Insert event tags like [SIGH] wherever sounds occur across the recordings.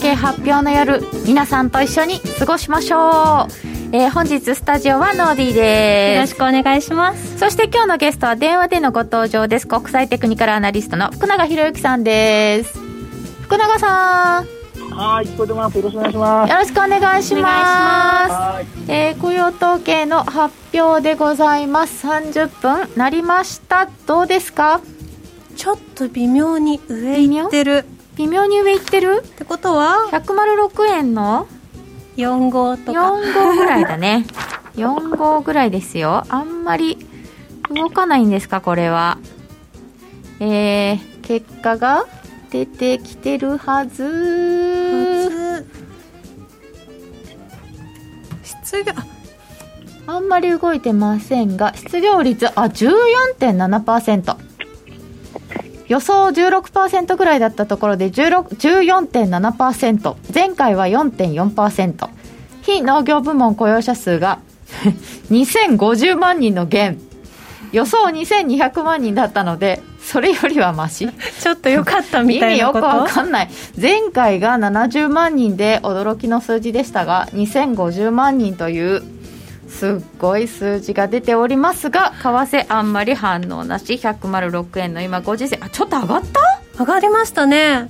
計発表の夜皆さんと一緒に過ごしましょう、えー本日スタジオはノーディーですよろしくお願いします。そして今日のゲストは電話でのご登場です。国際テクニカルアナリストの福永博之さんです。福永さん、よはい、聞こえてます。よろしくお願いします。ろしくお願いしまはい。す。えー雇用統計の発表でございます。30分なりました。どうですかちょっと微妙に上行ってる。微妙に上行ってるってことは、 ?106 円の4号とか。 4号ぐらいだね。4号ぐらいですよ。あんまり動かないんですか、これは。えー、結果が出てきてるはず。失業、ああんまり動いてませんが、失業率、あ、14.7%。予想16%ぐらいだったところで16 14.7%前回は4.4%非農業部門雇用者数が [LAUGHS] 2050万人の減予想2200万人だったのでそれよりはマシちょっと良かったみ意たい味なよこくと。わかんない前回が70万人で驚きの数字でしたが2050万人というすっごい数字が出ておりますが為替あんまり反応なし106円の今ご時世あちょっと上がった上がりましたね。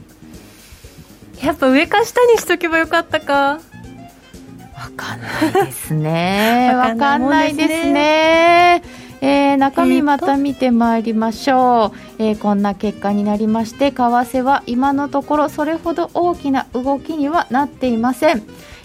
やっぱ上か下にしとけばよかったか。わかんないですねわ [LAUGHS] わかかんんなないいでですすねえー中えー身とまた見てまいりましょう、えーこんな結果になりまして為替は今のところそれほど大きな動きにはなっていません、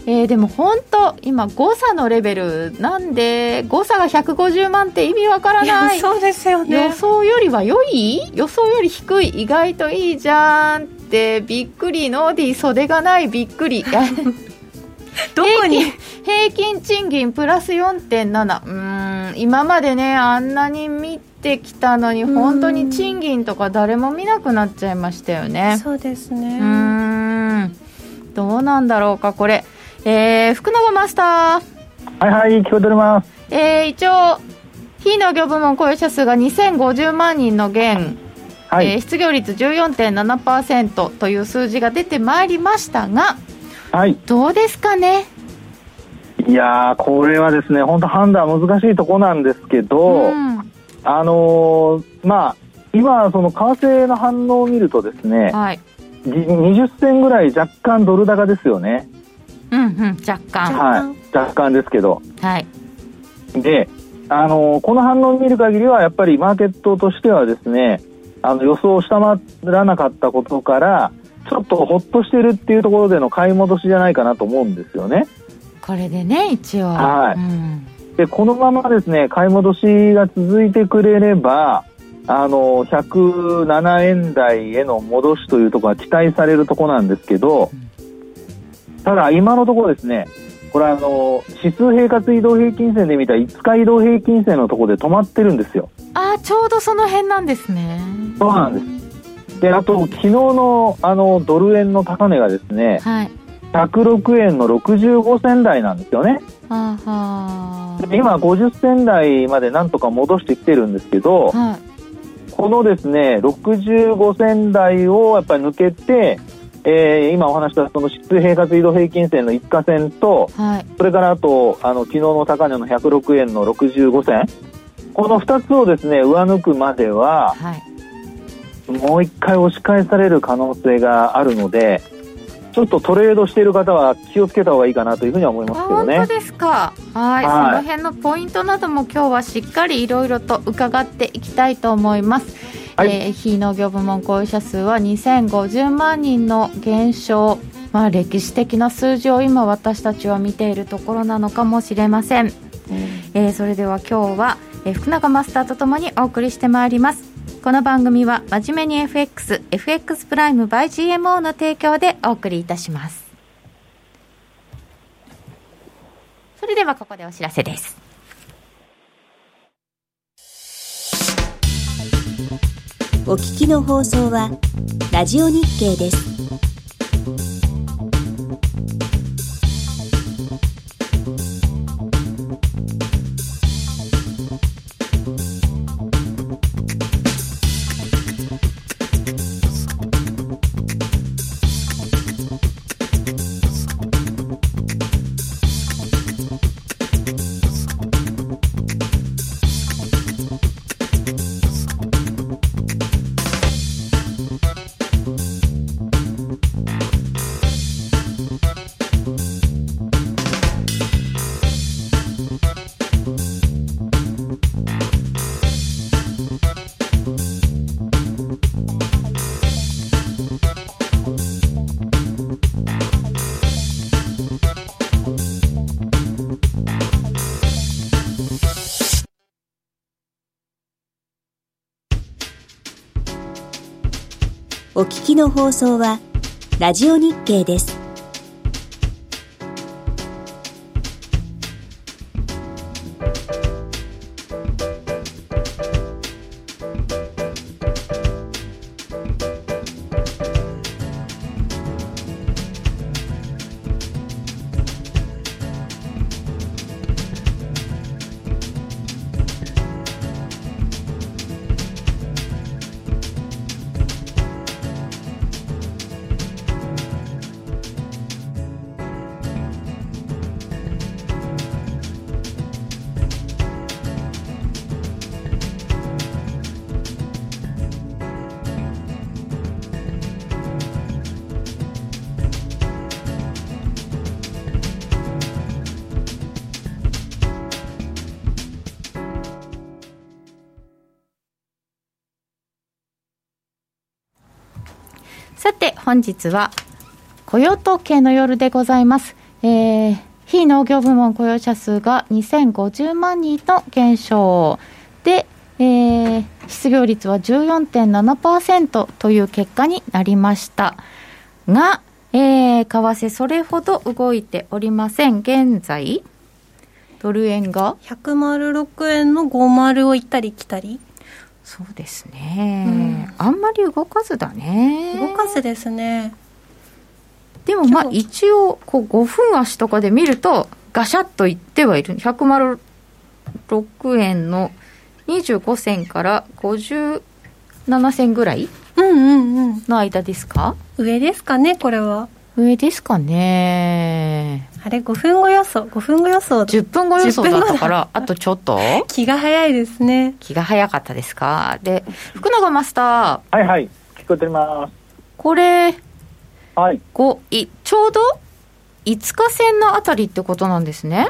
えーでも本当今誤差のレベルなんで誤差が150万って意味わからいやないそうですよ予ね。想よりは良い予想より低い意外といいじゃんってびっくりノーディー袖がないびっく [LAUGHS] りどこに平均賃金プラス4.7うーん今までねあんなに見てきたのにうん本当に賃金とか誰も見なくなっちゃいましたよねそうですうね。ーんどうなんだろうかこれえー、福永マスターはいはい、聞こえております。えー、一応非農業部門雇用者数が2050万人の減はえーい、失業率14.7%という数字が出てまいりましたがはい。どうですかねいやー、これはですね、本当判断難しいとこなんですけど、ん、あのー、まあ、今、その為替の反応を見るとですね、はい、じ20銭ぐらい若干ドル高ですよね。うんうん、若干若干はい。若干ですけど。はいで、あのーこの反応を見る限りは、やっぱりマーケットとしてはですね、あの予想を下回らなかったことから、ちょっとほっとしてるっていうところでの買い戻しじゃないかなと思うんですよね。これでね一応はいうんで、このままですね、買い戻しが続いてくれれば、あのー107円台への戻しというところは期待されるところなんですけど、ただ今のところですね、これあのー指数平滑移動平均線で見た5日移動平均線のところで止まってるんですよ。ああちょうどその辺なんですねそうなんです。で、あと、昨日の、あの、ドル円の高値がですね、はい106円の65銭台なんですよね。あーはーで今、50銭台までなんとか戻してきてるんですけど、はいこのですね、65銭台をやっぱり抜けて、えー今お話したその指数平滑移動平均線の一過線と、はいそれからあと、あの、昨日の高値の106円の65銭、この2つをですね、上抜くまでは、はいもう一回押し返される可能性があるので、ちょっとトレードしている方は気をつけた方がいいかなというふうには思いあますけど本当ね。ですかはいはそいの辺のポイントなども今日はしっかりいろいろと伺っていきたいと思いますはいえー非農業部門雇用者数は2050万人の減少、まあ、歴史的な数字を今私たちは見ているところなのかもしれません、えーそれでは今日は、えー福永マスターとともにお送りしてまいりますこの番組は真面目に FXFX プライム by GMO の提供でお送りいたしますそれではここでお知らせですお聞きの放送はラジオ日経です。お聞きの放送は、ラジオ日経です。さて本日は雇用統計の夜でございます、えー非農業部門雇用者数が2050万人の減少で、えー失業率は14.7%という結果になりましたが、えー為替それほど動いておりません現在ドル円が106円の50を行ったり来たりそうですね、あんまり動かずだね動かずですねでもまあ今日一応こう5分足とかで見るとガシャッといってはいる106円の25銭から57銭ぐらいうんうんうんの間ですか上ですかねこれは上ですかねあれ5分後予想5分後予想10分後予想だった10分後からあとちょっと気が早いですね気が早かったですかで福永マスターはいはい聞こえておりまこれすはいこういちょうど5日線のあたりってことなんですね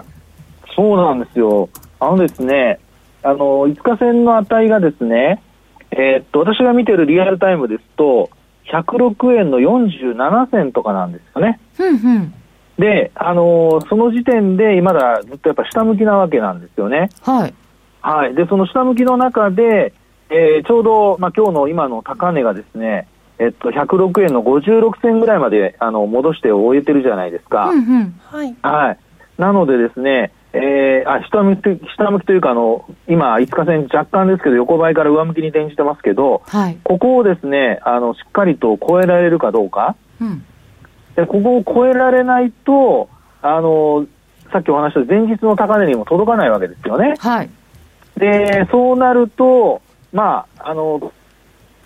そうなんですよ。あのですね、あの、5日線の値がですね、えーっと、私が見てるリアルタイムですと、106円の47銭とかなんですよね。ふんふんで、あのーその時点で、まだずっとやっぱ下向きなわけなんですよね。はいはい。で、その下向きの中で、えーちょうど、まあ、今日の今の高値がですね、えっと、106円の56銭ぐらいまで、あの、戻して終えてるじゃないですか。うんうんはいはい。なのでですね、えーあ下向き下向きというかあの、今、5日線、若干ですけど、横ばいから上向きに転じてますけど、はいここをですねあのしっかりと超えられるかどうか、うんでここを超えられないと、あのさっきお話しした前日の高値にも届かないわけですよね。はい。でそうなると、まあ、あの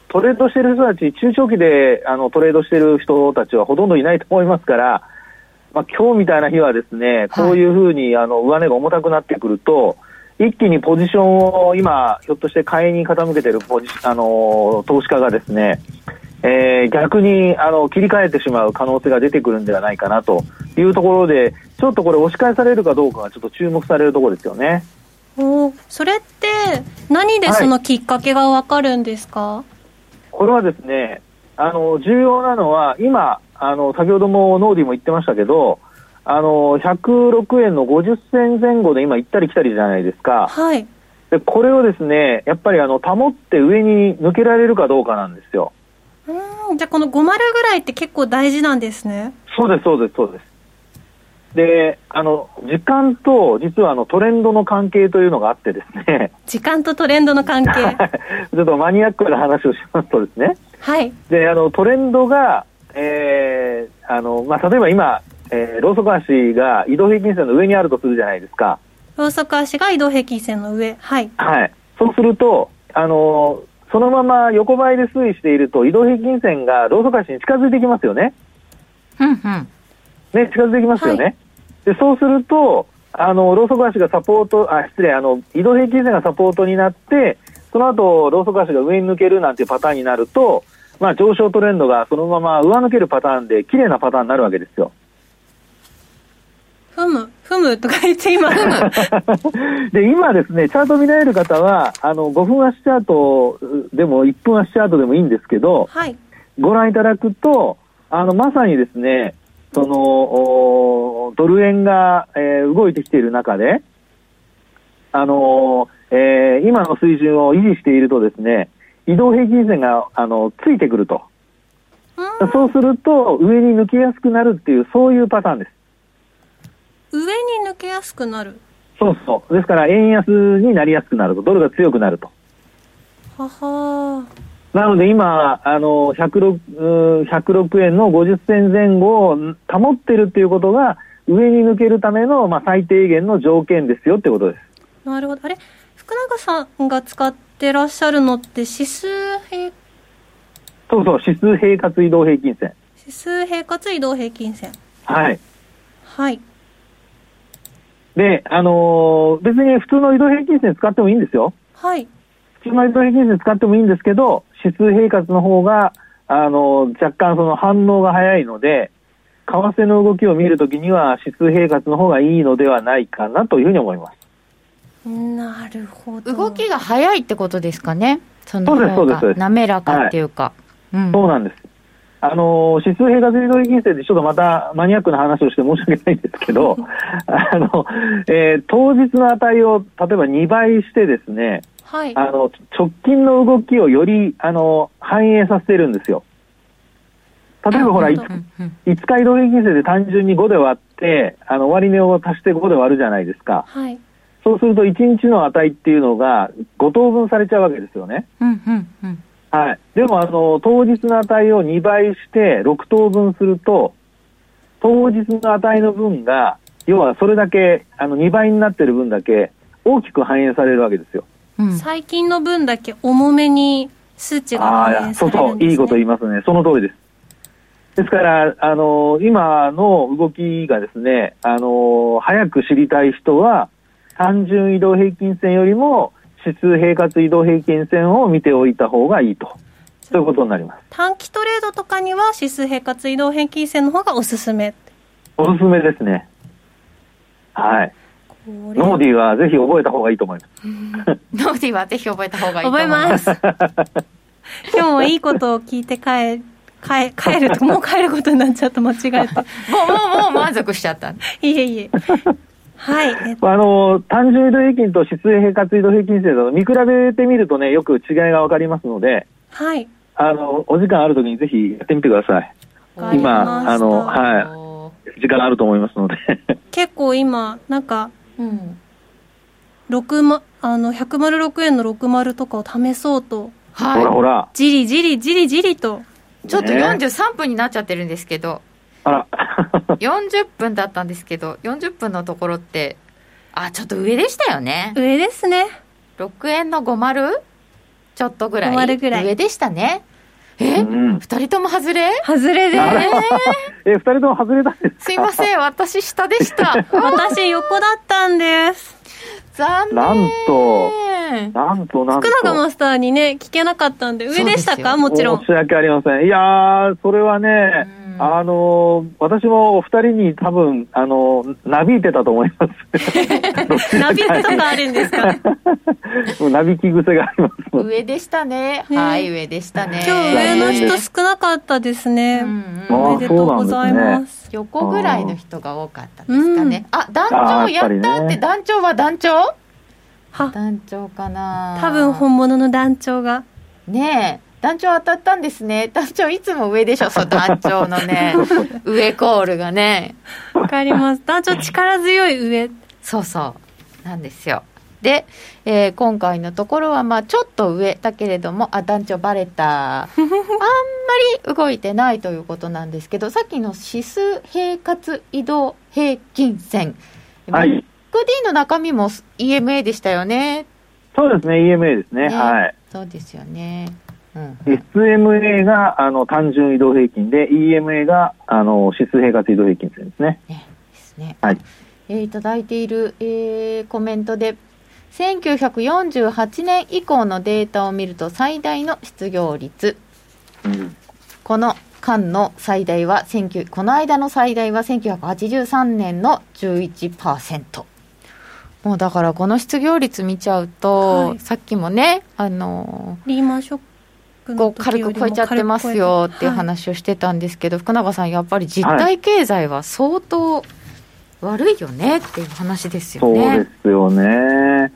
トレードしてる人たち、中長期であのトレードしてる人たちはほとんどいないと思いますから、まあ今日みたいな日はですね、こういうふうにあの上値が重たくなってくると、一気にポジションを今、ひょっとして買いに傾けてるポジシあの投資家がですね、えー逆にあの切り替えてしまう可能性が出てくるんではないかなというところで、ちょっとこれ、押し返されるかどうかがちょっと注目されるところですよね。おーそれって何でそのきっかけがわかるんですか、これはですね、あの重要なのは、今、あの先ほどもノーディも言ってましたけど、あの106円の50銭前後で今、行ったり来たりじゃないですか、はいでこれをですねやっぱりあの保って上に抜けられるかどうかなんですよ。うーんじゃあこの5丸ぐらいって結構大事なんですねそうです、そうです、そうです。で、あの時間と実はあのトレンドの関係というのがあってですね、 [LAUGHS] 時間とトレンドの関 [LAUGHS] 係ちょっとマニアックな話をしますとですね、はいであのトレンドが、えーあのまあ、例えば今、えーローソク足が移動平均線の上にあるとするじゃないですか、ローソク足が移動平均線の上はいはい、そうするとあの、そのまま横ばいで推移していると、移動平均線がローソク足に近づいてきますよね、うんうん。ね近づいてきますよね、はでそうすると、あのローソク足がサポート、あ失礼あの、移動平均線がサポートになって、その後ローソク足が上に抜けるなんていうパターンになると、まあ、上昇トレンドがそのまま上抜けるパターンで、綺麗なパターンになるわけですよ。ふむふむとか言って今ふむ [LAUGHS] で今ですね、チャート見られる方は、あの5分足チャートでも1分足チャートでもいいんですけど、 [LAUGHS] はいご覧いただくと、あのまさにですね、そのおドル円が、えー動いてきている中で、あのえー今の水準を維持しているとですね、移動平均線があのついてくるとそうすると、上に抜けやすくなるっていう、そういうパターンです。上に抜けやすくなる。そうそう。ですから、円安になりやすくなると、ドルが強くなると。ははなので今、あの、106, うー106円の50銭前後を保ってるっていうことが、上に抜けるための、まあ、最低限の条件ですよってことです。なるほど。あれ福永さんが使ってらっしゃるのって指数平、そうそう、指数平滑移動平均線。指数平かつ移動平均線。はい。はい。で、あのー別に普通の移動平均線使ってもいいんですよ。はい。普通の移動平均線使ってもいいんですけど、指数平滑の方が、あのー若干その反応が早いので、為替の動きを見るときには指数平滑の方がいいのではないかなというふうに思います。なるほど。動きが早いってことですかねそのそうです方そうですそうがです滑らかっていうか、うんそうなんです。あのー指数平滑移動平均線でちょっとまたマニアックな話をして申し訳ないんです [LAUGHS] けど、あの、えー当日の値を例えば2倍してですね、はい。あの、直近の動きをより、あの、反映させてるんですよ。例えばほら、なる5ほどうんうん日移動平均線で単純に5で割って、あの、終値を足して5で割るじゃないですか。はい。そうすると1日の値っていうのが5等分されちゃうわけですよね。うんうんうんはい。でも、あの、当日の値を2倍して6等分すると、当日の値の分が、要はそれだけ、あの、2倍になってる分だけ、大きく反映されるわけですよ。うん最近の分だけ重めに数値があ反あ、映さそうれるそんう、です、ね、いいこと言いますね。その通りです。ですから、あの、今の動きがですね、あの、早く知りたい人は、単純移動平均線よりも、指数平滑移動平均線を見ておいた方がいいと。そういうことになります。短期トレードとかには指数平滑移動平均線の方がおすすめ。おすすめですね。はい。これノーディーはぜひ覚えた方がいいと思います。ノーディーはぜひ覚えた方がいいと思覚えいます [LAUGHS] ます。今日もいいことを聞いて帰、帰、帰ると、もう帰ることになっちゃった、間違えて。[LAUGHS] もうもうもう満足しちゃったいえいえ。はい。えっとあの、単純移動平均と指数平滑移動平均線と見比べてみるとね、よく違いがわかりますので、はい。あの、お時間あるときにぜひやってみてください。わかりました今あのはいお時間あると思いますので。結構今、なんか、ーうん六ま、あの、106円の60とかを試そうと、ほらはほら。じりじりじりじりと、いちょっとね43分になっちゃってるんですけどあら。 40分だったんですけど40分のところってあちょっと上でしたよね上ですね。 6円の50ちょっとぐらい50ぐらい上でしたねえ、 [LAUGHS] う二ん、 2人とも外れ外れでえす。ーえ、二人とも外れたんですかすいません私下で [LAUGHS] した私、横だったんです。残念なんとなんとなんと。福永マスターにね、聞けなかったんで、上でしたかそもちろん申。し訳ありません。いやー、それはね、うんあのー私もお二人に多分、あのーなびいてたと思います。ナビとかあるんですかもうなびき癖がありますので。上でしたねねはい上でしたね今日上の人人少なかったですね。うんあおうめんでとうございます。横ぐらいの人が多かったですかねあ団あ長ーややっぱっりねたって団長は団長は、団長かな多分本物の団長が。ねえ団長当たったんですね団長いつも上でしょそう団長の [LAUGHS] ね上コールがねわかります。団長力強い上。そうそうなんですよで、えー今回のところはまあちょっと上だけれどもあ団長バレ [LAUGHS] たあんまり動いてないということなんですけどさっきの指数平滑移動平均線、は MacD い。の中身も EMA でしたよねそうですね、EMA ですね。ねはい。そうですよねうん、 SMA が、あの、単純移動平均で、EMA が、あの、指数平滑移動平均線ですね。ね、ですね。はいえーいただいている、えーコメントで、1948年以降のデータを見ると最大の失業率。うん。この間の最大は、19この間の最大は1983年の11%。もうだからこの失業率見ちゃうと、はいさっきもね、あのーリーマンショックこのう時軽よくり超もえちゃってますよっていう話をしてたんですけど、福永さん、やっぱり実体経済は相当悪いよねっていう話ですよそうね。ですよね。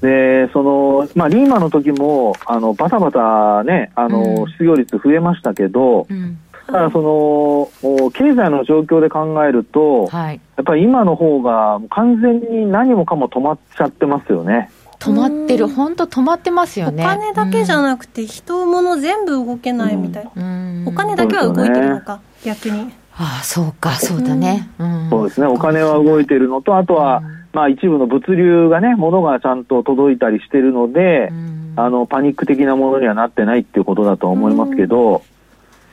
で、その、まあ、リーマンの時も、あの、バタバタね、あの、うん失業率増えましたけど、うんただその、お経済の状況で考えると、はい、やっぱり今の方がもう完全に何もかも止まっちゃってますよね。止まってるうん本当止まってますよおね金だけじゃななくて、人、物全部動けないみたいな。おお金だけは動いてるのか、逆に。ああそうかそうだね、うんそうですね。お金は動いてるのと、あとは、まあ一部の物流がね、物がちゃんと届いたりしてるので、うんあの、パニック的なものにはなってないっていうことだとは思いますけど、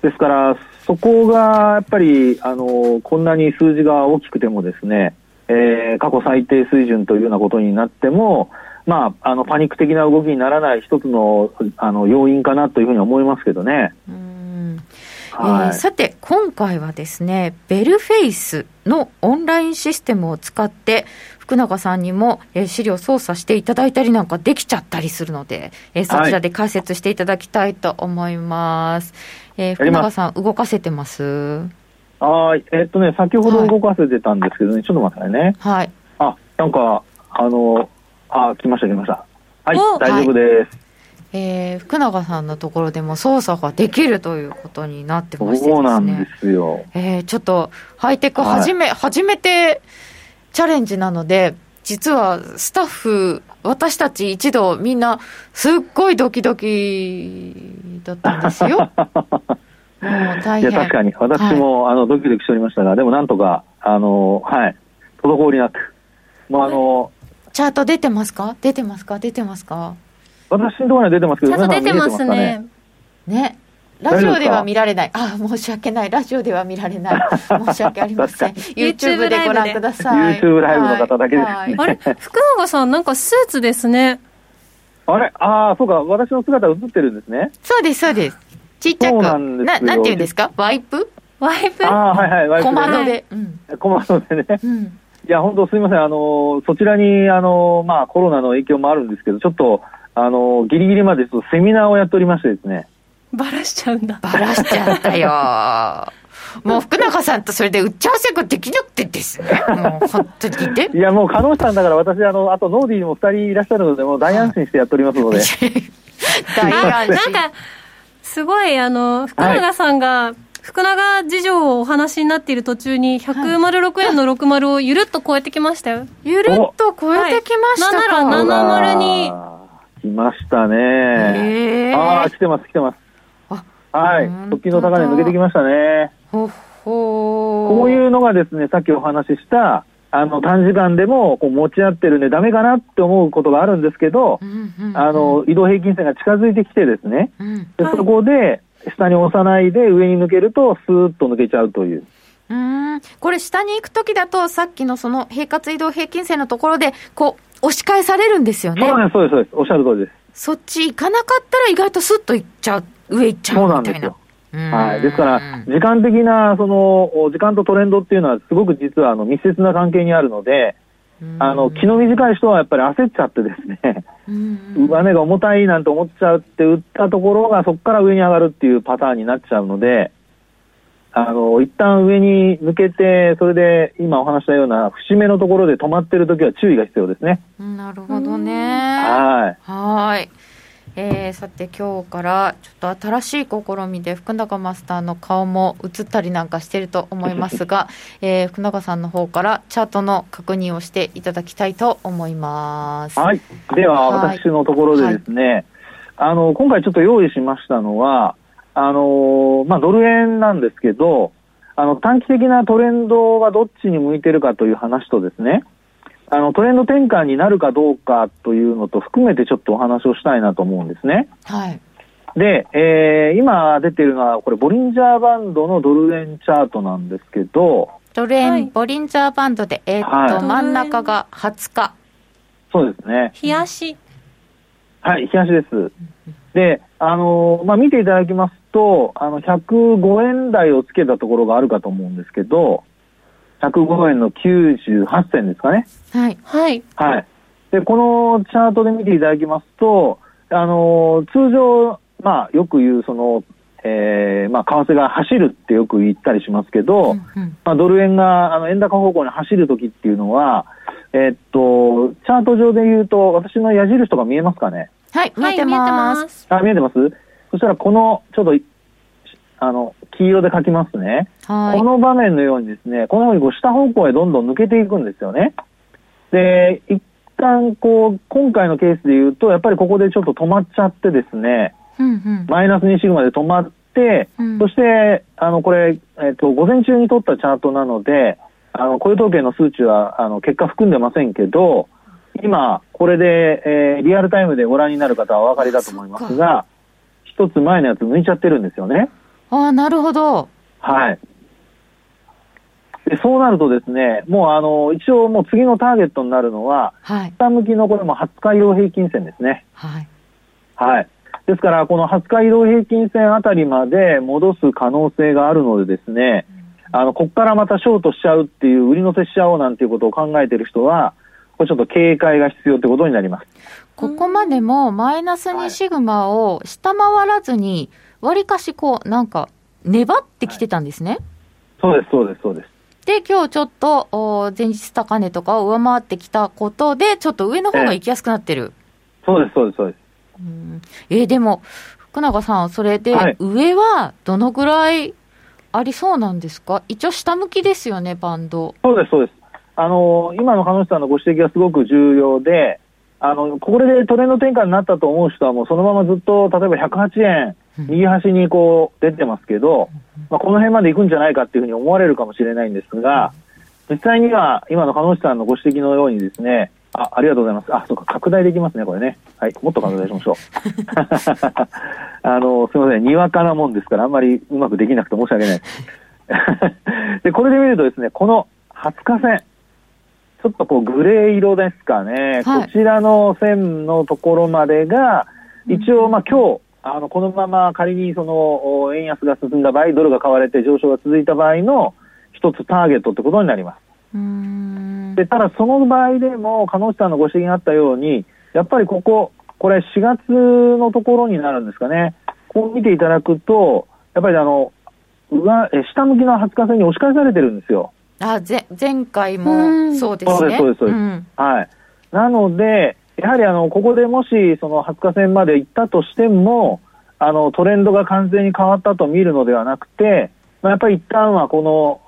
ですから、そこがやっぱり、あの、こんなに数字が大きくてもですね、えー過去最低水準というようなことになっても、まあ、あの、パニック的な動きにならない一つの、あの、要因かなというふうに思いますけどね。うんえーはい。さて今回はですねベルフェイスのオンラインシステムを使って福永さんにも、えー資料操作していただいたりなんかできちゃったりするので、えーそちらで解説していただきたいと思います、えーや福ります永さん動かせてますあーえっとね、先ほど動かせてたんですけどね、ちょっと待ってくださいね。はいあ、なんか、あの、あ、来ました来ました。はいお、大丈夫です。えー福永さんのところでも操作ができるということになってましてですねそうなんですよ。えーちょっとハイテクはい初め、初めてチャレンジなので、実はスタッフ、私たち一度みんなすっごいドキドキだったんですよ。もう大 [LAUGHS] いや、変。確かに。私も、あの、ドキドキしておりましたが、でもなんとか、あの、はい、滞りなく。もうあの、チャート出てますか出てますか出てますか私のところには出てますけちど、ゃんと皆さ出んて見れてまますすかね。ね。ね。ラジオでは見られない。あ、申し訳ない。ラジオでは見られ [LAUGHS] ない。申し訳ありません。YouTube でご覧ください。 YouTube ライブの方だけですねはいあれ、福永さん、なんかスーツですね。あれああ、そうか、私の姿映ってるんですね。そうです、そうです。ちっちゃそく。うなんですよななんていうんですかワイプワイプ。ああ、はいはい、ワイコマンドプで。うん。で。コマンドでね。うん。いや、本当すみません。あの、そちらに、あの、まあ、コロナの影響もあるんですけど、ちょっと、あの、ギリギリまでちょっとセミナーをやっておりましてですね。バラしちゃうんだ。バラしちゃ [LAUGHS] ったよ。もう福永さんとそれで打ち合わせができなくてですね。もう本当に [LAUGHS] ねい。や、もう、加納さんだから、私、あの、あと、ノーディーにも二人いらっしゃるので、もう大安心してやっておりますので。大あ、安なん心。か、すごい、あの、福永さんが、福永事情をお話しになっている途中に、106円の60をゆるっと超えてきましたよ。ゆるっと超えてきましたか。はいなんなら702あー来ましたね。ええああ、来てます、来てます。あはい本。当だ突起の高値抜けてきましたね。ほっほこうう。いうのがですね、さっきお話しした、あの、短時間でも、こう、持ち合ってるんで、ダメかなって思うことがあるんですけどう、んうんうんあの、、移動平均線が近づいてきてですね、うん。ではいそこで、下に押さないで、上に抜けると、スーッと抜けちゃうという。うーん。これ下に行くときだと、さっきのその平滑移動平均線のところで、こう、押し返されるんですよね。そうです、そうです、そうです。おっしゃる通りです。そっち行かなかったら意外とスッと行っちゃう、上行っちゃそううなんみたですいなよ。。はい、ですから、時間的な、その、お時間とトレンドっていうのは、すごく実はあの密接な関係にあるので、あの、気の短い人はやっぱり焦っちゃってですね、上値が重たいなんて思っちゃうって打ったところが、そこから上に上がるっていうパターンになっちゃうので、あの、一旦上に抜けて、それで今お話したような節目のところで止まってるときは注意が必要ですね。うんなるほどね。はい。はーい。えー、さて今日からちょっと新しい試みで福永マスターの顔も映ったりなんかしてると思いますが、 [LAUGHS] えー、福永さんの方からチャートの確認をしていただきたいと思います。はい。では、はい私のところでですね、あの、今回ちょっと用意しましたのは、あの、まあ、ドル円なんですけど、あの、短期的なトレンドがどっちに向いてるかという話とですね、あの、トレンド転換になるかどうかというのと含めてちょっとお話をしたいなと思うんですね。はい。で、えー今出てるのは、これ、ボリンジャーバンドのドル円チャートなんですけど、ドル円、はいボリンジャーバンドで、えーっと、はい真ん中が20日。そうですね。冷やし。はい、東です。で、あのーまあ、見ていただきますと、あの、105円台をつけたところがあるかと思うんですけど、105円の98銭ですかね。はい。はい。はい。で、このチャートで見ていただきますと、あのー通常、まあ、よく言う、その、えーまあ、為替が走るってよく言ったりしますけど、うんうんまあ、ドル円があの円高方向に走るときっていうのは、えっと、チャート上で言うと、私の矢印とか見えますかねはい、見えてはいます。す。あ、見えてますそしたらこの、ちょっと、あの、黄色で書きますね。はいこの場面のようにですね、このようにこう下方向へどんどん抜けていくんですよね。で、一旦こう、今回のケースで言うと、やっぱりここでちょっと止まっちゃってですね、うんうんマイナス2シグマで止まって、うんそして、あの、これ、えっ、と、午前中に取ったチャートなので、あの、雇用統計の数値は、あの、結果含んでませんけど、今、これで、えーリアルタイムでご覧になる方はお分かりだと思いますが、一つ前のやつ抜いちゃってるんですよね。ああなるほどはい。で、そうなるとですね、もうあの、一応もう次のターゲットになるのは、はい下向きのこれも20日移動平均線ですね。はいはい。ですから、この20日移動平均線あたりまで戻す可能性があるのでですね、あの、こっからまたショートしちゃうっていう、売り乗せしちゃおうなんていうことを考えてる人は、これちょっと警戒が必要ってことになります。ここまでもマイナス2シグマを下回らずにわりかしこうなんか粘ってきてたんですね、そうです、そうです、そうです。で今日ちょっとお前日高値とかを上回ってきたことでちょっと上の方が行きやすくなってる、そうです、そうです、そうです。うんえーでも福永さんそれではい上はどのぐらいありそうなんですか一応下向きですよねバンドそうです、そうです。あの今の彼女さんのご指摘がすごく重要で、あの、これでトレンド転換になったと思う人はもうそのままずっと、例えば108円、うん右端にこう出てますけど、まあ、この辺まで行くんじゃないかっていうふうに思われるかもしれないんですが、実際には今の彼女さんのご指摘のようにですね、あ、ありがとうございます。あ、そうか、拡大できますね、これね。はい、もっと拡大し [LAUGHS] ましょう。あの、すみません、にわかなもんですから、あんまりうまくできなくて申し訳ない。 [LAUGHS] で、これで見るとですね、この20日線、ちょっとこうグレー色ですかね、はいこちらの線のところまでが、一応、まあ今日、あのこのまま仮にそのお円安が進んだ場合、ドルが買われて上昇が続いた場合の一つターゲットってことになります。うーんでただ、その場合でも、鹿野内さんのご指摘があったように、やっぱりここ、これ、4月のところになるんですかね、こう見ていただくと、やっぱりあの上え下向きの20日線に押し返されてるんですよ。あぜ前回うもんそうですねそうですそうですそうですんはい、なので、やはりあのここでもしその20日線まで行ったとしてもあの、トレンドが完全に変わったと見るのではなくて、まあ、やっぱり一旦はこの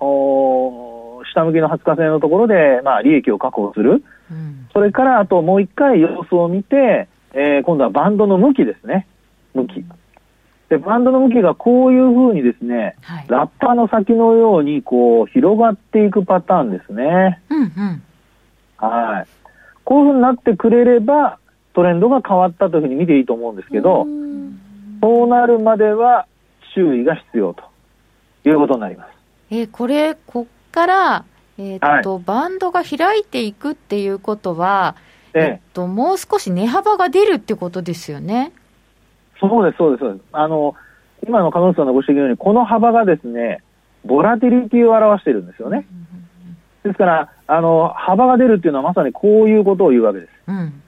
おー下向きの20日線のところで、まあ、利益を確保する、うんそれからあともう一回様子を見て、えー今度はバンドの向きですね、向き。でバンドの向きがこういうふうにですね、はいラッパの先のようにこう広がっていくパターンですね。うんうんはい。こういうふうになってくれれば、トレンドが変わったというふうに見ていいと思うんですけど、そうなるまでは注意が必要ということになります。えーこれこっからえーっと、バンドが開いていくっていうことは、えっええ、と、もう少し値幅が出るってことですよね。そうです、そうです、そうです。あの、今の彼女さんのご指摘のように、この幅がですね、ボラティリティを表してるんですよね。ですから、あの、幅が出るっていうのはまさにこういうことを言うわけです。うん。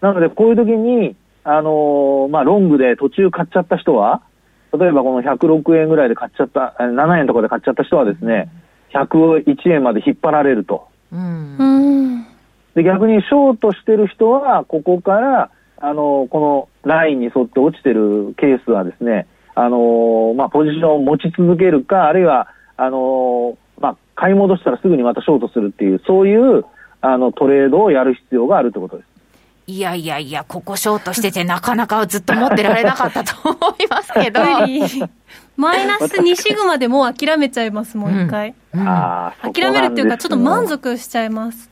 なので、こういう時に、あのーまあ、ロングで途中買っちゃった人は、例えばこの106円ぐらいで買っちゃった、えー7円とかで買っちゃった人はですね、101円まで引っ張られると。うん。ううんん。で、逆にショートしてる人は、ここから、あのーこのラインに沿って落ちてるケースはですね、あのーまあ、ポジションを持ち続けるか、あるいは、あのーまあ、買い戻したらすぐにまたショートするっていう、そういう、あの、トレードをやる必要があるってことです。いやいやいや、ここショートしてて、なかなかずっと持ってられなかったと思いますけど。無理マイナス2シグマでもう諦めちゃいます、もう一回。うんあーそこ諦めるっていうか、なんちでょっとすよ満足しちゃいます。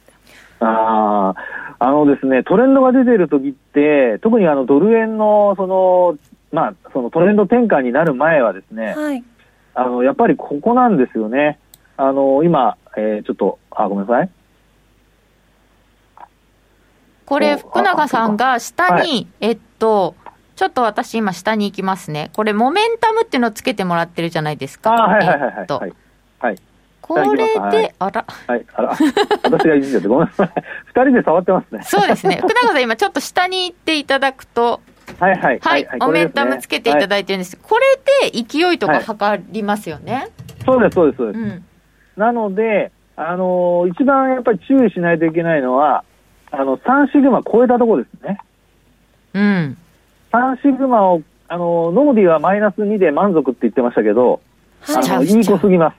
ああ、あのですね、トレンドが出てる時って、特にあのドル円のその、まあ、そのトレンド転換になる前はですね、はい。あの、やっぱりここなんですよね。あの、今、えーちょっと、あ、ごめんなさい。これ、福永さんが下に、えっと、ちょっと私今下に行きますね。これ、モメンタムっていうのをつけてもらってるじゃないですあか。ーはいはいはいえはっい。とはい、はい、これで、はいあら、はい。あら、私がいじっちゃって、ごめんなさい。二人で触ってますね。そうで [LAUGHS] すね。福永さん今ちょっと下に行っていただくと、はいはい。はい、モメンタムつけていたいだいてるんです。これで勢いとか測りますよね。て、はいそうです、そうです、そうです。うん。なので、あのー一番やっぱり注意しないといけないのは、あの、3シグマ超えたところですね。うん。 3シグマをあの、ノーディはマイナス2で満足って言ってましたけど、しちゃあの、うしちゃういい子すぎま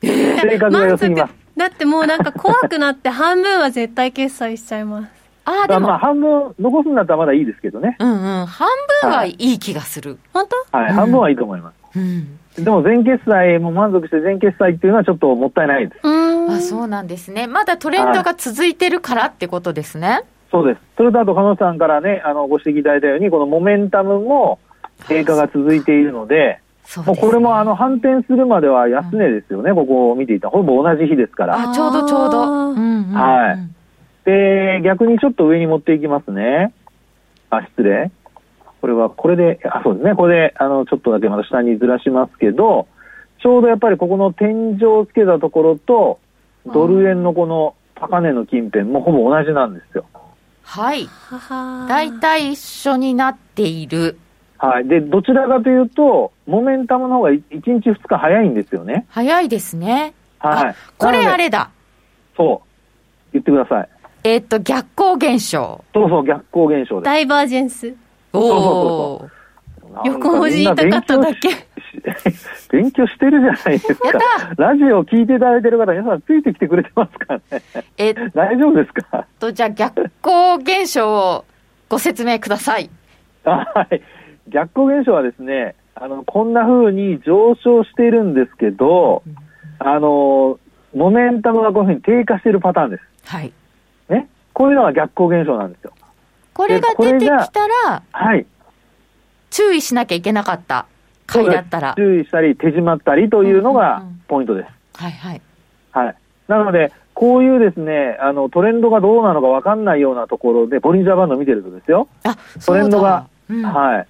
す。性格が良すぎます。だってもうなんか怖くなって半分は絶対決済しちゃいます。ああ、まであ、も、まあ、半分残すんだったらまだいいですけどね。うんうん。半分はいい気がする。本当はい、半分はいいと思いまうん。す。でも全決済も満足して全決済っていうのはちょっともったいないです。うーん。あ、そうなんですね。まだトレンドが続いてるからってことですね。そうです。それとあと、彼女さんからね、あの、ご指摘いただいたように、このモメンタムも低下が続いているので、そうもでうす、これもあの、反転するまでは安値ですよね、ここを見ていた。ほぼ同じ日ですから。あ、ちょうどちょうあど。ーうんうんうんはいで、逆にちょっと上に持っていきますね。あ、失礼。これは、これで、あ、そうですね。これで、あの、ちょっとだけまた下にずらしますけど、ちょうどやっぱりここの天井をつけたところと、ドル円のこの高値の近辺もほぼ同じなんですよ。はい。はは大体一緒になっている。はい。で、どちらかというと、モメンタムの方が1日2日早いんですよね。早いですね。はい。こなれのであれだ。そう。言ってください。えっ、と、逆光現象。そうそう、逆光現象です。ダイバージェンス。そうおお。なん横文字みんな言いたかっただけ。勉強し勉強してるじゃないですか。ラジオ聞いていただいてる方、皆さんついてきてくれてますかねえっ大丈夫ですかと、じゃあ逆光現象をご説明ください。はい。逆光現象はですね、あの、こんな風に上昇しているんですけど、あの、モメンタムがこういう風に低下しているパターンです。はい。ね。こういうのが逆光現象なんですよ。これがこれ出がてきたら、はい。注意しなきゃいけなかった回だったら。注意したり、手締まったりというのがうんうんうんポイントです。はいはい。はい。なので、こういうですね、あの、トレンドがどうなのかわかんないようなところで、ボリンジャーバンド見てるとですよ。あ、トレンドがそうだ。うんはい。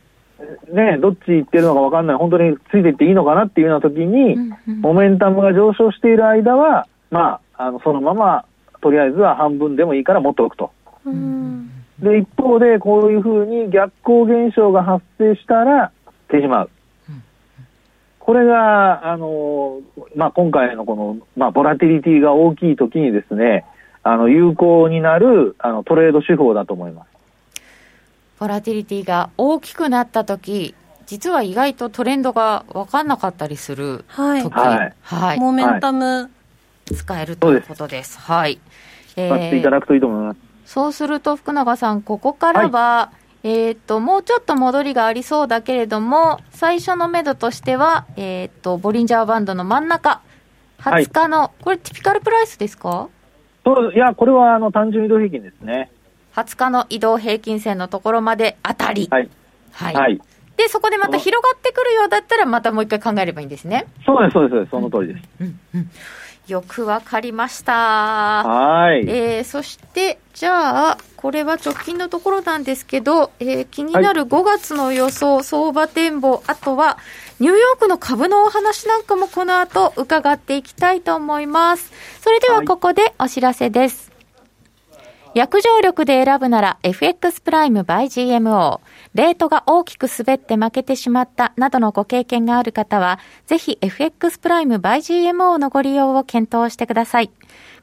ね、どっち行ってるのかわかんない、本当についていっていいのかなっていうような時に、うんうんモメンタムが上昇している間は、まあ、あの、そのまま、とりあえずは半分でもいいから持っておくと。うーん。で、一方で、こういうふうに逆光現象が発生したら、手締まううん。これが、あの、まあ、今回のこの、まあ、ボラティリティが大きい時にですね、あの、有効になる、あの、トレード手法だと思います。ボラティリティが大きくなった時実は意外とトレンドが分かんなかったりするはい時、はいはいモメンタム。使えるということです。はい。え使っていたー、だくといいと思います。そうすると福永さん、ここからは、えっ、と、もうちょっと戻りがありそうだけれども、最初の目処としては、えっ、と、ボリンジャーバンドの真ん中、はい20日の、これティピカルプライスですかそういや、これは、あの、単純移動平均ですね。 20日の移動平均線のところまであたり。はい。はい。はい。で、そこでまた広がってくるようだったら、またもう一回考えればいいんですね。そうです、そうですそうです、その通りです。うんうん、よくわかりました。はい。えー、そして、じゃあ、これは直近のところなんですけど、えー、気になる5月の予想、相場展望、あとは、ニューヨークの株のお話なんかもこの後伺っていきたいと思います。それでははいここでお知らせです。約定力で選ぶなら FX プライム by GMO。レートが大きく滑って負けてしまったなどのご経験がある方は、ぜひ FX プライム by GMO のご利用を検討してください。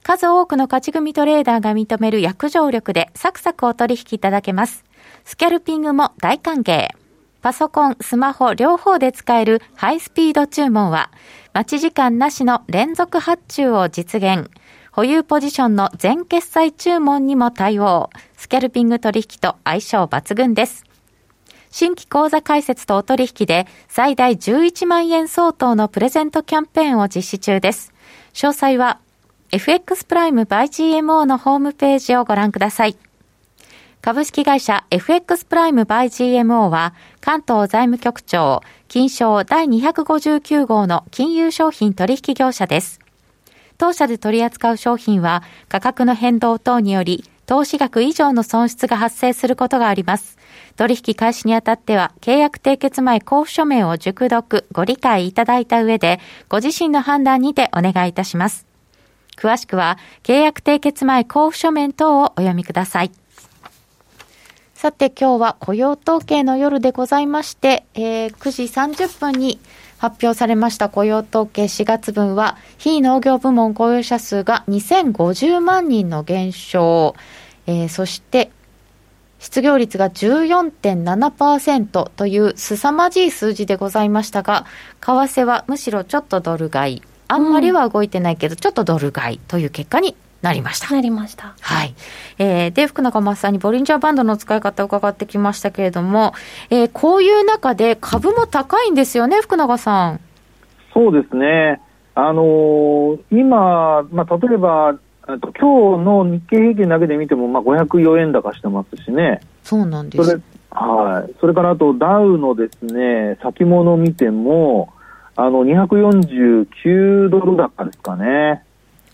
数多くの勝ち組トレーダーが認める約定力でサクサクお取引いただけます。スキャルピングも大歓迎。パソコン、スマホ両方で使えるハイスピード注文は、待ち時間なしの連続発注を実現。保有ポジションの全決済注文にも対応。スキャルピング取引と相性抜群です。新規口座開設とお取引で最大11万円相当のプレゼントキャンペーンを実施中です。詳細は FX プライム by GMO のホームページをご覧ください。株式会社 FX プライムバイ GMO は関東財務局長金賞第259号の金融商品取引業者です。当社で取り扱う商品は価格の変動等により投資額以上の損失が発生することがあります。取引開始にあたっては契約締結前交付書面を熟読ご理解いただいた上でご自身の判断にてお願いいたします。詳しくは契約締結前交付書面等をお読みください。さて今日は雇用統計の夜でございまして、えー9時30分に発表されました雇用統計4月分は非農業部門雇用者数が2050万人の減少、えーそして失業率が14.7%という凄まじい数字でございましたが、為替はむしろちょっとドル買い、あんまりは動いてないけど、ちょっとドル買いという結果になりました。なりました。はい。えーで、福永正さんにボリンジャーバンドの使い方を伺ってきましたけれども、えーこういう中で株も高いんですよね、福永さん。そうですね、あのー今、まあ、例えば、えっと今日の日経平均だけで見ても、まあ、504円高してますしね、そうなんでそれす。はい、それからあとダウのですね先物を見ても、あの249ドル高ですかね、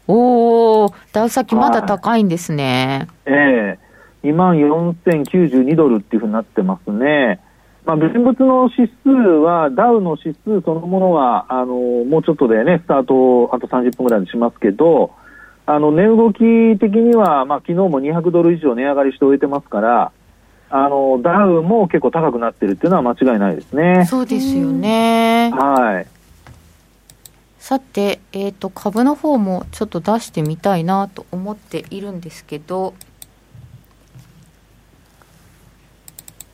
おお、ダウ先まだ高いんですね。ええ2万4092ドルっていうふうになってますね。まあ、現物の指数は、ダウの指数そのものは、あの、もうちょっとでね、スタート、あと30分ぐらいにしますけど、あの、値動き的には、まあ、昨日も200ドル以上値上がりして終えてますから、あの、ダウも結構高くなってるっていうのは間違いないですね。そうですよね。はい。さて、えー、と株の方もちょっと出してみたいなと思っているんですけど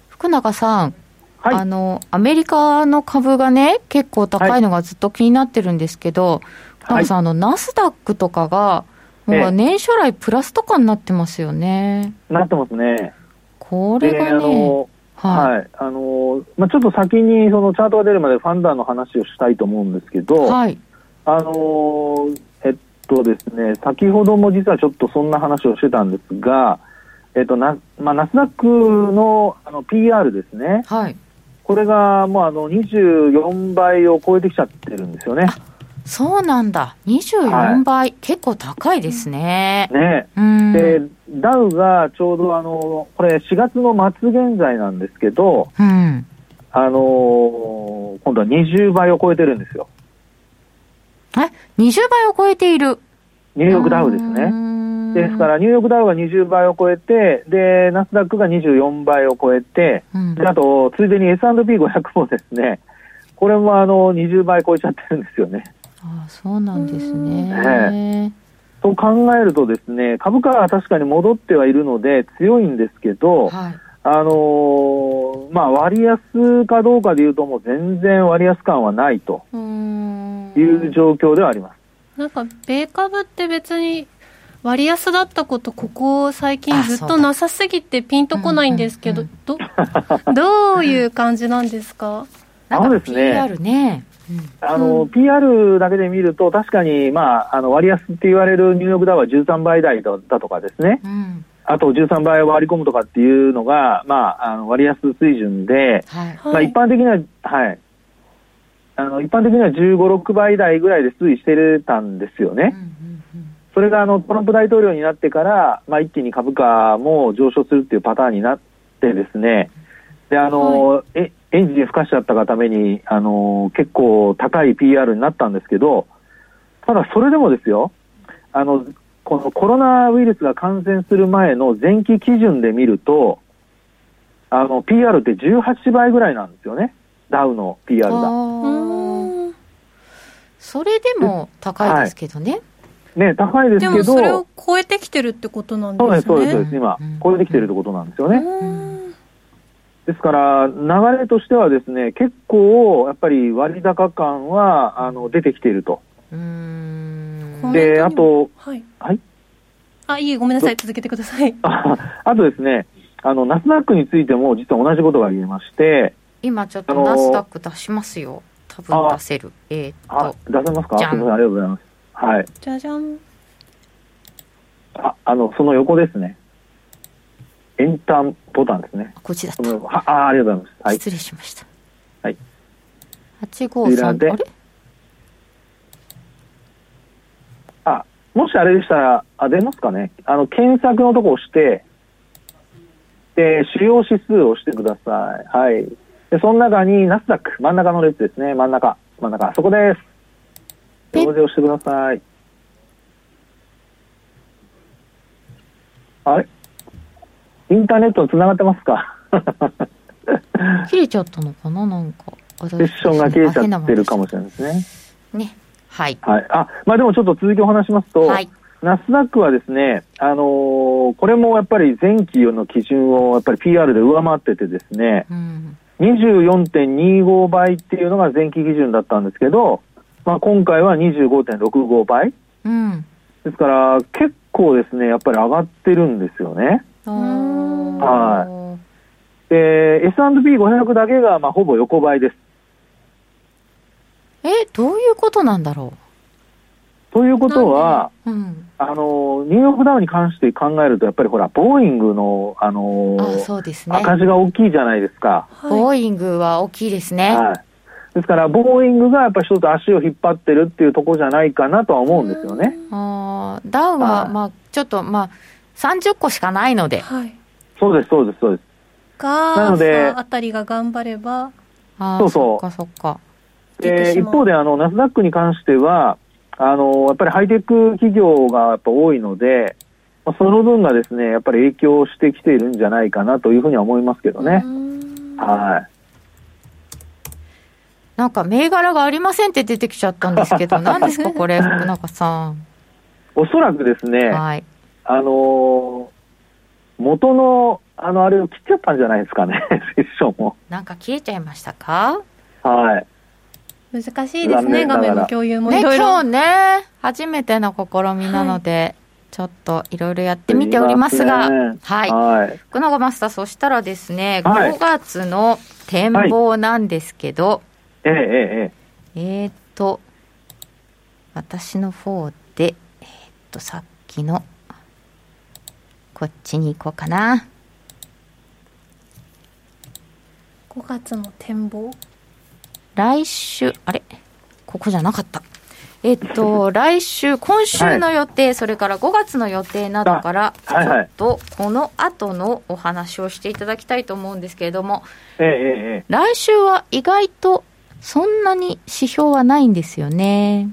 福永さん、はいあのアメリカの株がね結構高いのがずっと気になってるんですけど、福永さんあのナスダックとかがえもうえ年初来プラスとかになってますよね。なってますね。これで、あがね、の、ははい。あの、まあ、ちょっと先に、その、チャートが出るまでファンダーの話をしたいと思うんですけい、ど、はい、あのーえっとですね、先ほども実はちょっとそんな話をしてたんですが、えっと、な、まあ、ナスダックのあの PR ですね。はい、これがもうあの24倍を超えてきちゃってるんですよね。そうなんだ、24倍、結構高いですね。ね。うん、で、ダウがちょうどあの、これ4月の末現在なんですけど、うん、あのー今度は20倍を超えてるんですよ。え20倍を超えている。ニューヨークダウですうーね。んですか、ら、ニューヨークダウが20倍を超えて、で、ナスダックが24倍を超えて、うんであと、ついでに S&P500 もですね、これもあの20倍超えちゃってるんですよね。あそうなんですうんね。と考えるとですね、株価は確かに戻ってはいるので強いんですけど、はい、あのーまあ割安かどうかでいうともう全然割安感はないとうーんいう状況ではあります。なんか、米株って別に、割安だったこと、ここ最近あずっそとうだなさすぎてピンとこないんですけどうん、ど、どういう感じなんですかなんそうかですね PR ね。うんあの、うん PR だけで見ると確かに、まあ、あの割安って言われるニューヨークダウは13倍台だだとかですね、うんあと13倍を割り込むとかっていうのが、まあ、あの割安水準で、はいまあ、一般的には、はい。あの、一般的には15、6倍台ぐらいで推移してたんですようね。んうんうんそれが、あの、トランプ大統領になってから、まあ、一気に株価も上昇するっていうパターンになってですね。で、あの、え、エンジンふかしちゃったがために、あの、結構高い PR になったんですけど、ただそれでもですよ、あの、このコロナウイルスが感染する前の前期基準で見ると、あの、PR って18倍ぐらいなんですよね。ダウの PR が。うあーーんそれでも高いですけどね。ね、高いですでけもど、それを超えてきてるってことなんですそうでね。す、そうです、そうです。ね今うん、超えてきてるってことなんですようね。ーんですから、流れとしてはですね、結構、やっぱり割高感は、あの、出てきていると。うーんこんで、あと、はい。はい。あ、いいえ、ごめんなさい。続けてください。ああとですね、あの、ナスダックについても、実は同じことが言えまして、今ちょっとあのーナスダック出しますよ。多分出せる。えーっあと、、出せますかじすゃんみません、ありがとうございます。はい。じゃじゃん。あ、あの、その横ですね。エンターボタンですね。こっちだっそた。の横はあ、ありがとうございます。はい。失礼しました。はい。八こ五ち三。らあでれ？あ、もしあれでしたら、あ、出ますかね。あの、検索のとこ押して、で、主要指数を押してください。はい。で、その中にナスダック、真ん中の列ですね。真ん中、真ん中、そこです。ピッ表示をしてください。あれインターネットに繋がってますか切れちゃったのかななんか。セセッションが切れちゃってるかもしれないですね。ね。はい。はい。あ、まあでもちょっと続きを話しますと、はい。ナスダックはですね、あのーこれもやっぱり前期の基準をやっぱり PR で上回っててですね、うん24.25倍っていうのが前期基準だったんですけど、まあ、今回は25.65倍。うんですから、結構ですね、やっぱり上がってるんですよね。うんはで、S&P500 だけが、まあ、ほぼ横ばいです。えどういうことなんだろということは、う、うん、あの、ニューヨークダウに関して考えると、やっぱりほら、ボーイングの、あのあそうですね赤字が大きいじゃないですか。はいボーイングは大きいですね、はい。ですから、ボーイングがやっぱり一つ足を引っ張ってるっていうところじゃないかなとは思うんですよね。あーダウは、はいまあ、ちょっと、まあ、30個しかないので、はい。そうです、そうです、そうです。が、なのであたりが頑張れば、あーそうそうそっかそっか。出てでし一まう方であの、ナスダックに関しては、あのやっぱりハイテク企業がやっぱ多いので、まあその分がですねやっぱり影響してきているんじゃないかなというふうには思いますけどねう。んはなんか、銘柄がありませんって出てきちゃったんです [LAUGHS] けど、何ですか、これ、福永さん。い、おそらくですね、はい。あの元のあのあれを切っちゃったんじゃないですかね、 [LAUGHS] セッションも。なんか消えちゃいましたかはい、難しいです残ね、念な画がら面の共有もね、いろい今ろ。日ね、初めての試みなので、ちょっといろいろやってみておりますが、すいませんはい。はい、福永マスター、そしたらですね、はい5月の展望なんですけど、ええええええー、っと、私の方で、えー、っと、さっきの、こっちに行こうかな。 5月の展望。来週、あれここじゃなかった。えーっ [LAUGHS] と、来週、今週の予定、それから5月の予定などから、あはいはいちょっと、この後のお話をしていただきたいと思うんですけれども、えええええ来週は意外と、そんなに指標はないんですよね。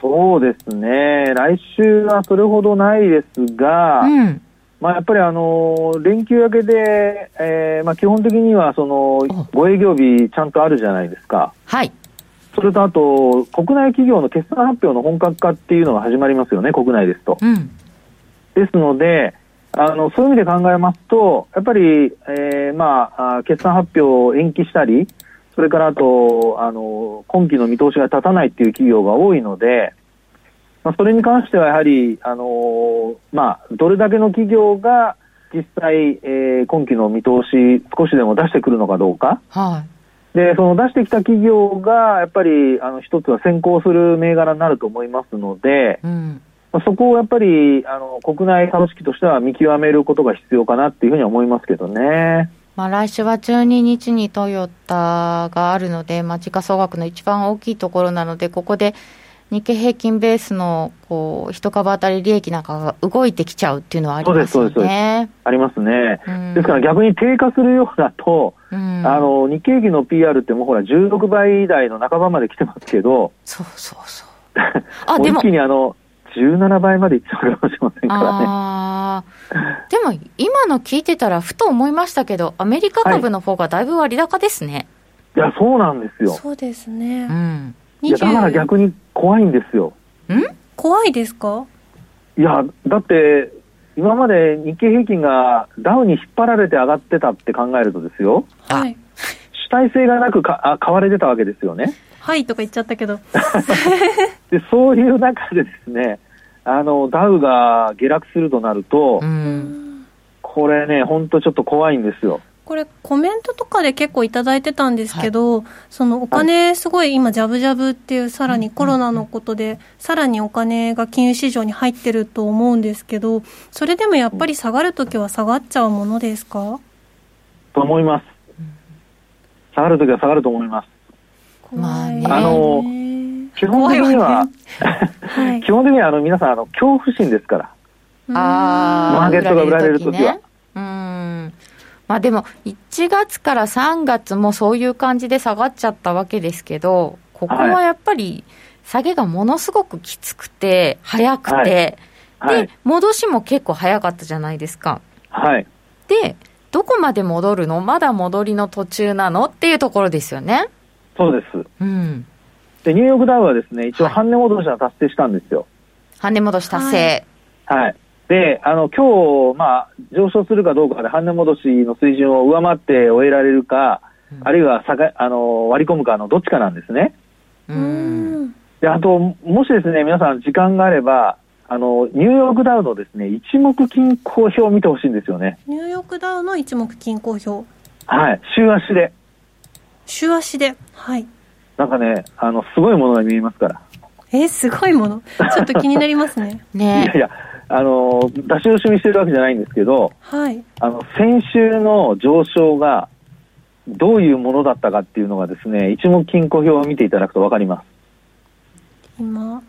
そうですね、来週はそれほどないですが、うん。まあ、やっぱり、あの連休明けで、えーまあ、基本的にはそのご営業日ちゃんとあるじゃないですか、はい。それとあと、国内企業の決算発表の本格化っていうのが始まりますよね、国内ですと。うん。ですのであの、そういう意味で考えますと、やっぱり、えーまあ、あ決算発表を延期したり、それからあと、あの今期の見通しが立たないっていう企業が多いので、まあ、それに関してはやはり、あのまあ、どれだけの企業が実際、えー今期の見通し、少しでも出してくるのかどうか、はい。でその出してきた企業が、やっぱりあの一つは先行する銘柄になると思いますので、うん。まあそこをやっぱりあの国内株式としては見極めることが必要かなっていうふうには思いますけどね。まあ、来週は12日にトヨタがあるので、まあ、時価総額の一番大きいところなので、ここで日経平均ベースのこう一株当たり利益なんかが動いてきちゃうっていうのはありますよそうですそうね。ありますね。うんですから逆に低下するようだと、うんあの日経平均の PR ってもうほら16倍台の半ばまで来てますけど、そうそうそう。 [LAUGHS] もあ、うで一も気、にあの17倍までいっちゃうかもしれませんからね。あーでも今の聞いてたら、ふと思いましたけど、アメリカ株の方がだいぶ割高ですね。いや、そうなんですよ。そうですね。うん。いや、だから20逆に怖いんですよ。怖いですかいや、だって、今まで日経平均がダウに引っ張られて上がってたって考えるとですよ、あはい。主体性がなくかあ買われてたわけですよね。はいとか言っちゃったけ [LAUGHS] ど。でそういう中でですねあのダウが下落するとなると、うん。これね、本当ちょっと怖いんですよ。これコメントとかで結構いただいてたんですけど、そのお金すごい今ジャブジャブっていうさらにコロナのことでさらにお金が金融市場に入ってると思うんですけどそれでもやっぱり下がるときは下がっちゃうものですかと思います。下がるときは下がると思います。まあね怖いあのね基本的怖いには、わね基本的にはあの皆さんあの、恐怖心ですから。あマーケットが売られる時時はね。うん。まあでも、1月から3月もそういう感じで下がっちゃったわけですけど、ここはやっぱり、下げがものすごくきつくて、早くて、はいはでい。、戻しも結構早かったじゃないですか。はい。で、どこまで戻るのまだ戻りの途中なのっていうところですよね。そうです。うん。で、ニューヨークダウはですね、一応はい半値戻しは達成したんですよ。半値戻し達成。はい。で、あの、今日、まあ、上昇するかどうかで、半値戻しの水準を上回って終えられるか、あるいは下があの割り込むかのどっちかなんですね。ううんんで、あと、もしですね、皆さん時間があれば、あの、ニューヨークダウのですね、一目均衡表を見てほしいんですよね。ニューヨークダウの一目均衡表はい。週足で。週足ではいなんかね、あの、すごいものが見えますから。えーすごいものちょっと気になりますねいねやいや、あの、出し惜しみしてるわけじゃないんですけど、はいあの、先週の上昇が、どういうものだったかっていうのがですね、一目均衡表を見ていただくとわかります。今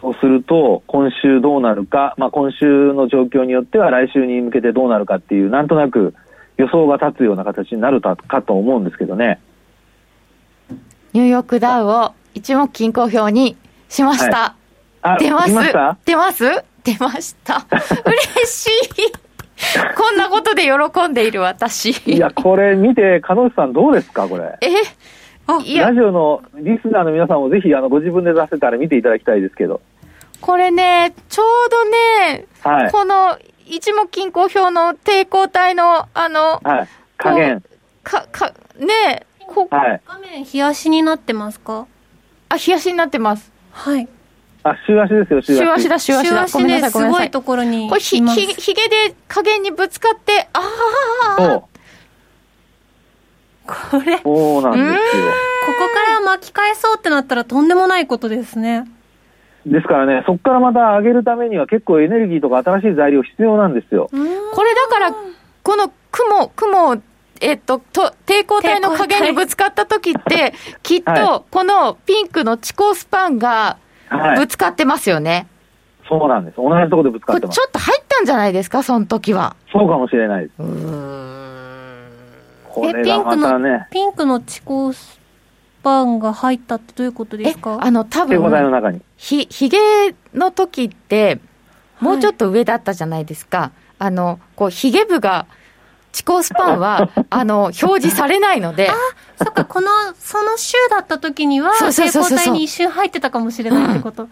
そうすると、今週どうなるか、まあ、今週の状況によっては来週に向けてどうなるかっていう、なんとなく予想が立つような形になるたかと思うんですけどね。ニューヨークダウを一目均衡表にしました。あ、出ます見ました出ます出ま [LAUGHS] した。嬉しい。こんなことで喜んでいる私。いや、これ見て、鹿野内さんどうですか、これ。えあいやラ、ジオのリスナーの皆さんもぜひ、あの、ご自分で出せたら見ていただきたいですけど。これね、ちょうどね、はい。この一目均衡表の抵抗体の、あの、はい。加減。か、か、ねえ、こ、はい。画面冷やしになってますかあ、冷やしになってます。はいあ、週足ですよ、週足。週足だ、週足週だ。ご足めんでなさい、ごすめんなごさいい。ところにいこまれひ、ひ、すひげで加減にぶつかって、あそうあ、。これここそうなんですよ。から巻き返そうってなったらとんでもないことですねですからね、そこからまた上げるためには結構エネルギーとか新しい材料必要なんですよ。これだから、この雲、雲、えっと、と、抵抗体の加減にぶつかった時って、きっはと、このピンクの地高スパンがはぶい。つかってますよね。そうなんです。同じところでぶつかこっれてちます。ょっと入ったんじゃないですか、その時は。そうかもしれないです。うーん。これがまたね、ピンクのチコスパンが入ったってどういうことでえす、かあの、多手応えの分、中に。ひ、ひげの時って、もうちょっと上だったじゃないですか。あの、こう、ひげ部が、地高スパンは、あの、表示されないので、そっか、この、その週だった時には、そうそう成そう功そう体に一瞬入ってたかもしれないってこと。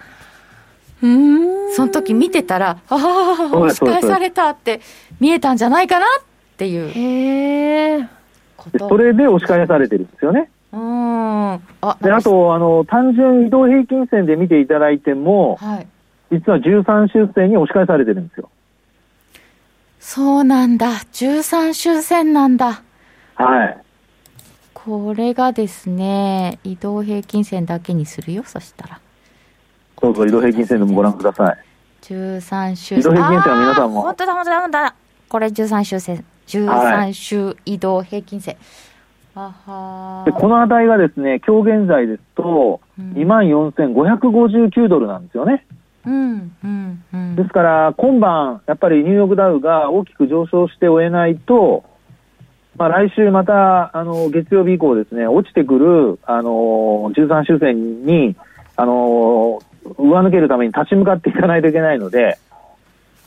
うーん。その時見てたら、ああ、そう押でしすそうで返すされたって見えたんじゃないかなっていうへえ。こでと。それで押し返されてるんですよね。うーん。あ、で、あなんかと、あの、単純移動平均線で見ていただいても、はい。実は13周線に押し返されてるんですよ。そうなんだ。13周線なんだ。はい。これがですね、移動平均線だけにするよ、そしたら。どうぞ移動平均線でもご覧ください。 13周移動平均線は皆さんもあー本当だ、本当だ、本当だ。これ13周線。は13周移動平均線。あはで、ーこの値がですね、今日現在ですと、うん24,559ドルなんですよね。うん、うん、うんで。すから、今晩、やっぱりニューヨークダウが大きく上昇して終えないと、まあ、来週またあの月曜日以降ですね、落ちてくる、あの13周線に、あの上抜けるために立ち向かっていかないといけないので、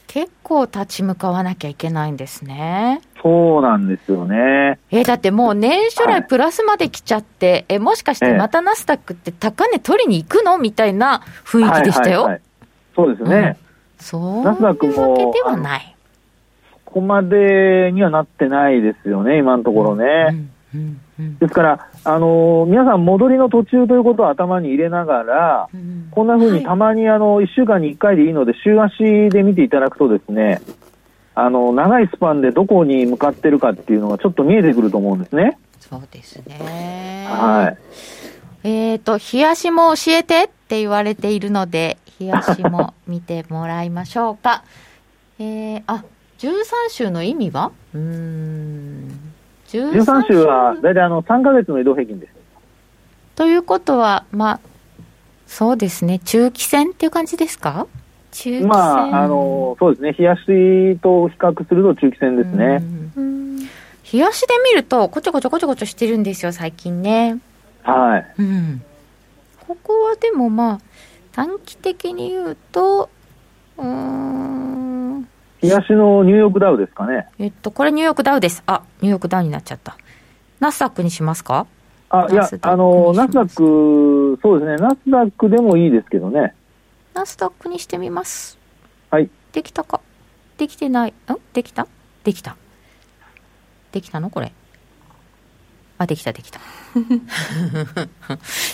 結構立ち向かわなきゃいけないんですね。そうなんですよね。えーだってもう年初は来いプラスまで来ちゃって、え、もしかしてまたナスダックって高値取りに行くのみたいな雰囲気でしたはいよ。はいはいそうですね、そういうナスダわックもけではない。ここまでにはなってないですよね、今のところね。うんうんうんですから、あの皆さん、戻りの途中ということを頭に入れながら、うんこんな風にたまにあの1週間に1回でいいので、週足で見ていただくとですね、あの長いスパンでどこに向かってるかっていうのがちょっと見えてくると思うんですね。そうですね。はい。えっ、と、冷やしも教えてって言われているので、冷やしも見てもらいましょうか。 [LAUGHS] えー、あ、13週の意味はうーん。 13週は大体あの3ヶ月の移動平均です。ということは、まあ、そうですね、中期戦っていう感じですか中期戦。まあ、あの、そうですね、冷やしと比較すると中期戦ですうね。んうん冷やしで見ると、こちょこちょこちょこちょしてるんですよ、最近ね。はい。うん。ここはでもまあ、短期的に言うと、うーん、冷やしのニューヨークダウですかね。えっと、これニューヨークダウです。あ、ニューヨークダウになっちゃった。ナスダックにしますかあ、いナやスダッ、クあの、にしまナすスダック、そうですね、ナスダックでもいいですけどね。ナスダックにしてみます。はい。できたかできてないんできたできたできたのこれあできたで [LAUGHS] きた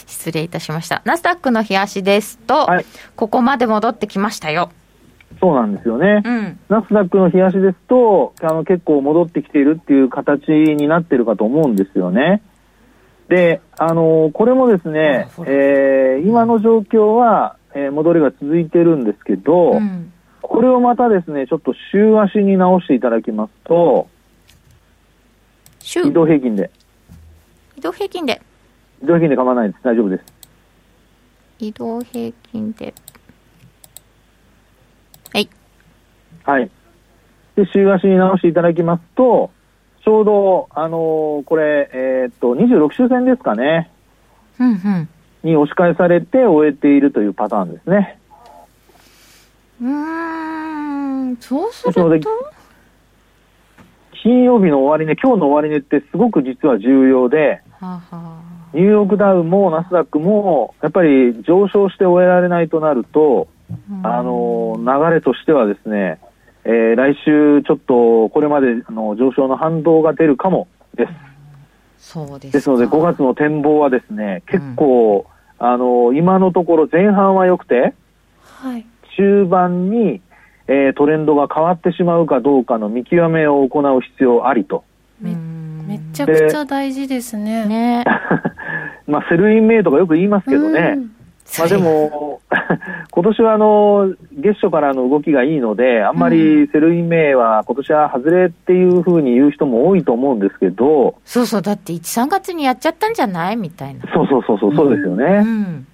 失礼いたしましたナスダックの日足ですと、はいここまで戻ってきましたよそうなんですよね。うんナスダックの冷やしですと、あの結構戻ってきているっていう形になってるかと思うんですよね。で、あのこれもですねあそ、うだえー今の状況は、えー戻りが続いてるんですけど、うんこれをまたですね、ちょっと週足に直していただきますと、週移動平均で、移動平均で移動平均で構わないです。大丈夫です。移動平均ではいはい。で、週足に直していただきますと、ちょうど、あのこれ、えーっと、26周線ですかね。うんうんに押し返されて終えているというパターンですね。うーんそうするそとうで金曜日の終値、今日の終値ってすごく実は重要で、はあはあニューヨークダウもナスダックも、やっぱり上昇して終えられないとなると、うんあの、流れとしてはですね、えー来週ちょっとこれまであの上昇の反動が出るかもです。そうですかですので5月の展望はですね、結構、あの、今のところ前半は良くて、はい。中盤に、えートレンドが変わってしまうかどうかの見極めを行う必要ありと。めうんめっちゃくちゃ大事ですね。ねまあ、セルインメイとかよく言いますけどうね。んまあでも、 [LAUGHS] 今年はあの、月初からの動きがいいので、あんまりセルインメイは今年は外れっていうふうに言う人も多いと思うんですけど、そうそうだって13月にやっちゃったんじゃないみたいなそうそうそうそう、そうですようね。ん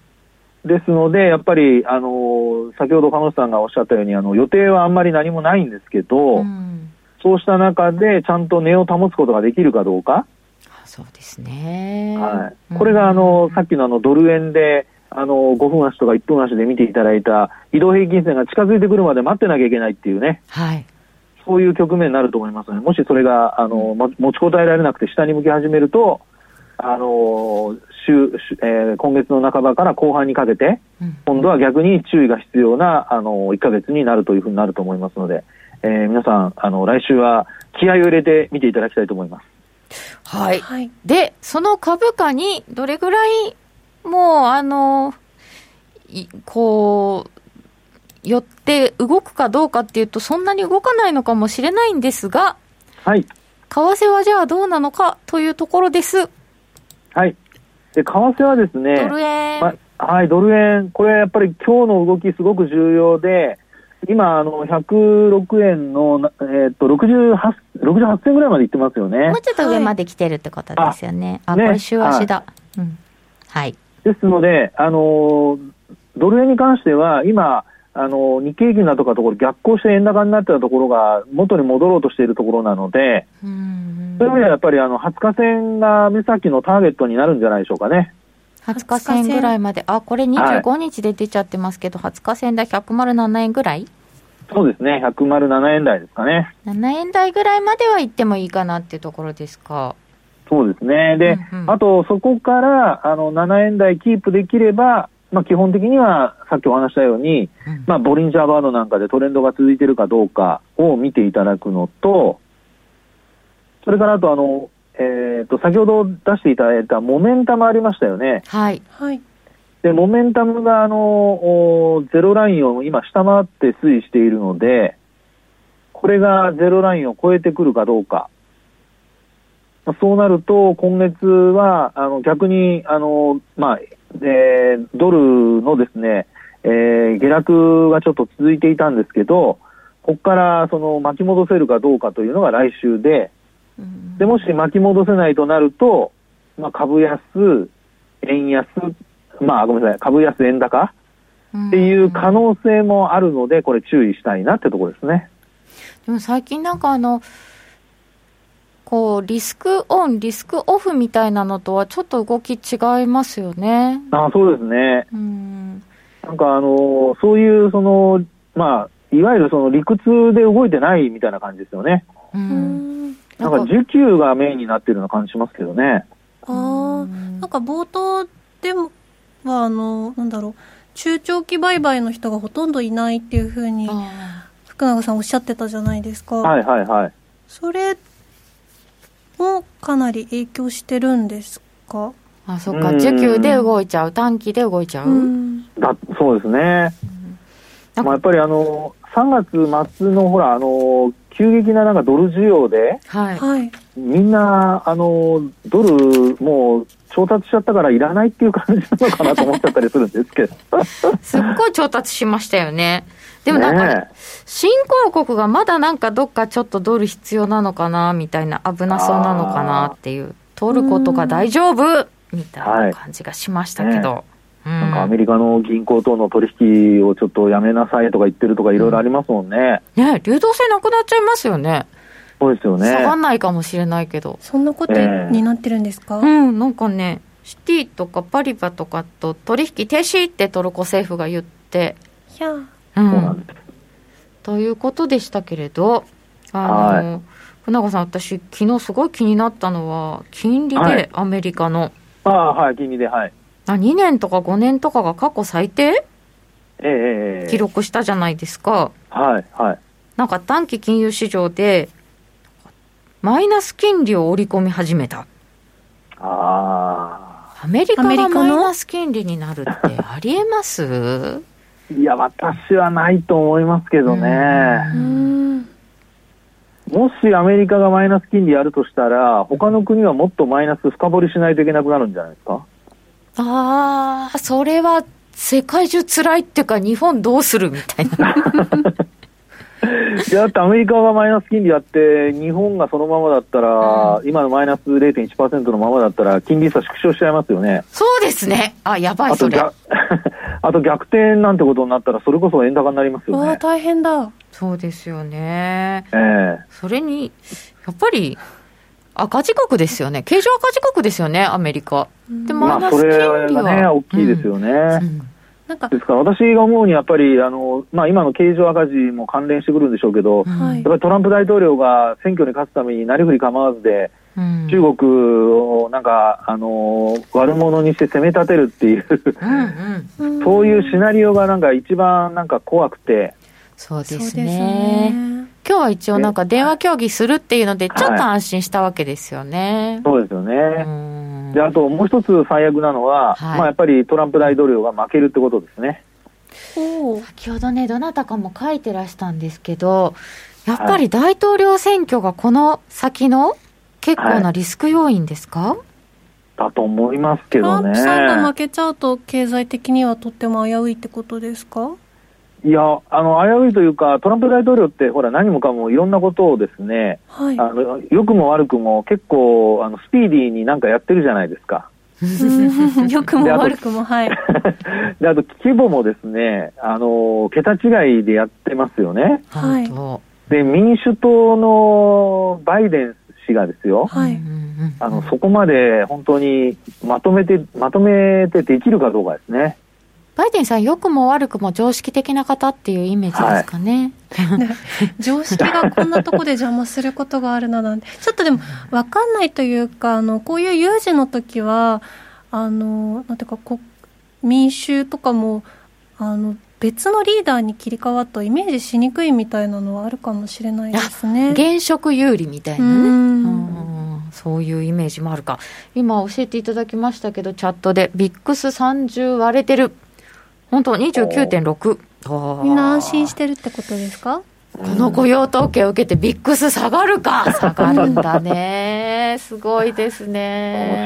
ですので、やっぱり、あの、先ほど彼女さんがおっしゃったように、あの、予定はあんまり何もないんですけど、うんそうした中でちゃんと値を保つことができるかどうか、あそうですねはい、これがあの、さっきのあのドル円で、あの5分足とか1分足で見ていただいた移動平均線が近づいてくるまで待ってなきゃいけないっていうね、はいそういう局面になると思いますので、もしそれがあのま持ちこたえられなくて下に向き始めると、あの週週えー今月の半ばから後半にかけて、うん今度は逆に注意が必要なあの1ヶ月になるというふうになると思いますので、えー皆さんあの、来週は気合を入れて見ていただきたいと思います。はいはい。で、その株価にどれぐらい、もう、あの、いこう、寄って動くかどうかっていうと、そんなに動かないのかもしれないんですが、はい為替はじゃあどうなのかというところです。はい。で、為替はですドね、ル円。まはい、ドル円、これやっぱり今日の動きすごく重要で、今、あの、106円の、なえーっと、68、68銭ぐらいまで行ってますよねもう。ちょっと上まで来てるってことですよね。あ、ねこれ週足だ。うん。はい。ですので、あのー、ドル円に関しては、今、あのー、日経平均だとかところ逆行して円高になってたところが元に戻ろうとしているところなので、うんそういう意味ではやっぱりあの、20日線が目先のターゲットになるんじゃないでしょうかね。 20日線ぐらいまで。あ、これ25日で出ちゃってますけど、20日線だ107円ぐらいそうですね、107円台ですかね。 7円台ぐらいまでは行ってもいいかなっていうところですか。そうですね。で、うんうんあと、そこから、あの、7円台キープできれば、まあ、基本的には、さっきお話したように、うんまあ、ボリンジャーバードなんかでトレンドが続いてるかどうかを見ていただくのと、それから、あと、あの、えっ、と、先ほど出していただいたモメンタムありましたよね。はい。はい。で、モメンタムが、あの、おゼロラインを今下回って推移しているので、これがゼロラインを超えてくるかどうか。まあそうなると、今月は、あの、逆に、あの、まあ、えードルのですね、えー下落がちょっと続いていたんですけど、ここから、その、巻き戻せるかどうかというのが来週で、でもし巻き戻せないとなると、まあ、株安、円安、まあ、ごめんなさい、株安、円高っっていう可能性もあるので、これ、注意したいなってところですね。でも最近なんかあの、こう、リスクオン、リスクオフみたいなのとはちょっと動き違いますよね。あそうですね。うん。なんか、あのそういう、その、まあ、いわゆるその理屈で動いてないみたいな感じですよね。う。うんーん。なんか、需給がメインになってるような感じしますけどね。ああ。なんか冒頭でもは、あの、なんだろう。中長期売買の人がほとんどいないっていうふうに、あ福福永さんおっしゃってたじゃないですか、はいはいはい。それもかなり影響してるんですか、あそっか需給で動いちゃう短期で動いちゃう、うんだそうですね。なんまあ、やかっぱりあの3月末のほらあの急激ななんかドル需要ではい、はいみんなあのドルもう調達しちゃったからいらないっていう感じなのかなと思っちゃったりするんですけどすっごい調達しましたよ [LAUGHS] ねでもなんか、ねえ新興国がまだなんかどっかちょっとドル必要なのかなみたいな危なそうなのかなっていうトルコとか大丈夫みたいな感じがしましたけど、うんなんかアメリカの銀行等の取引をちょっとやめなさいとか言ってるとかいろいろありますもんね。ね流動性なくなっちゃいますよねそうですよね。下がんないかもしれないけどそんなことええになってるんですか、うんなんかねシティとかパリバとかと取引停止ってトルコ政府が言って、いやーうんそうなんです。ということでしたけれど、あの、船子さん、私、昨日すごい気になったのは、金利はでいアメリカの、ああはい金利ではい。あ2年とか5年とかが過去最低ええええええ記録したじゃないですか。はいはい。なんか短期金融市場で、マイナス金利を織り込み始めた。あアメリカアメリがカのマイナス金利になるってありえます [LAUGHS] あいや私はないと思いますけどね。うんうんもしアメリカがマイナス金利やるとしたら、他の国はもっとマイナス深掘りしないといけなくなるんじゃないですかああ、それは世界中辛いっていうか、日本どうするみた [LAUGHS] いな。いや、だってアメリカがマイナス金利やって、日本がそのままだったら、今のマイナス0.1%のままだったら、金利差縮小しちゃいますよね。そうですね。あ、やばあい、とそれ。逆 [LAUGHS] あと逆転なんてことになったら、それこそ円高になりますうよわーね。大変だそうですよね。ええそれに、やっぱり、赤字国ですよね。経常赤字国ですよね、アメリカ。で、マイまナあ、スそ金利れは。がね、大きいですよね。うんなんかですから私が思うにやっぱりあの、まあ、今の経常赤字も関連してくるんでしょうけど、うんはいやっぱりトランプ大統領が選挙に勝つためになりふり構わずで、うん中国をなんか、あのー悪者にして攻め立てるっていう、うんうん。そういうシナリオがなんか一番なんか怖くて、そうそうでですすね。ね今日は一応なんか電話協議するっていうので、ちょはっいと安心したわけですよね。そうですようね。んで、あともう一つ最悪なのは、はいまあやっぱりトランプ大統領が負けるってことですね。おー先ほどね、どなたかも書いてらしたんですけど、やっぱり大統領選挙がこの先の結構なリスク要因ですか、だと思いますけトラどンね。プさんが負けちゃうと経済的にはとっても危ういってことですかいや、あの、危ういというか、トランプ大統領ってほら何もかもいろんなことをですね、はいあの、良くも悪くも結構、あの、スピーディーになんかやってるじゃないですか。うん良くもであと悪くもはい [LAUGHS] で、あと規模もですね、あの、桁違いでやってますよね。はい本で、民主党のバイデン氏がですよ当。はいうんうんあの、そこまで本当にまとめて、まとめてできるかどうかですね。バイデンさん、良くも悪くも常識的な方っていうイメージですかね。常識がこんなとこで邪魔することがあるななんてちょっとでも分かんないというかあのこういう有事の時はあのなんていうかこ民衆とかもあの別のリーダーに切り替わったイメージしにくいみたいなのはあるかもしれないですね。現職有利みたいうなね。うんんそういうイメージもあるか。今教えていただきましたけど、チャットで、ビックス30割れてる。本当29.6。みんな安して心してるってことですかこの雇用統計を受けてビックス下がるか下がるんだね。すごいですね。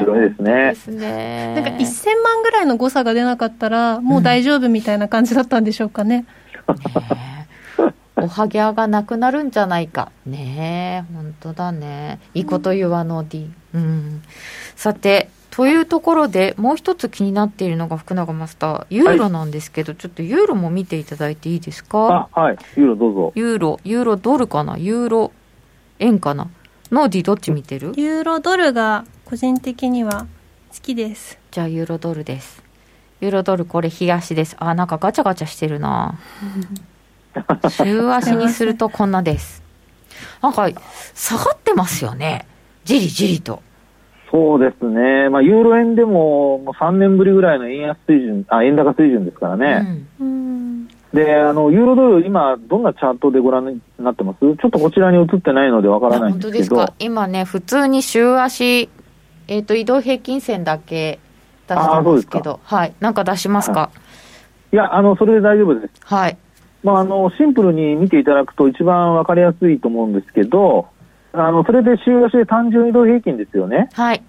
面白いですでね。すね。なんか1000万ぐらいの誤差が出なかったらもう大丈夫みたいな感じだったんでしょうかね。ねえおはぎゃがなくなるんじゃないか。ねえ、本当だね。いいこと言わの D。うん。さて、というところで、もう一つ気になっているのが福永マスター、ユーロなんですけど、ちょっとユーロも見ていただいていいですかあ、はい。ユーロどうぞ。ユーロ、ユーロドルかなユーロ円かなノーディどっち見てるユーロドルが個人的には好きです。じゃあユーロドルです。ユーロドルこれ冷やしです。あ、なんかガチャガチャしてるな。週足にするとこんなです。なんか下がってますよね。じりじりと。そうですね。まあ、ユーロ円でも、もう3年ぶりぐらいの円安水準、あ、円高水準ですからね。ううんんで、あの、ユーロドル、今、どんなチャートでご覧になってますちょっとこちらに映ってないのでわからないん本で当すでけすど、か今ね普通に週足、えー、と移動平均線だけ出してあーそうまですすけかどはいなんか出しますかいや、あの、それで大丈夫です。はいまあ、あの、シンプルに見ていただくと一番わかりやすいと思うんですけど、あの、それで週足で単純移動平均ですよね。はい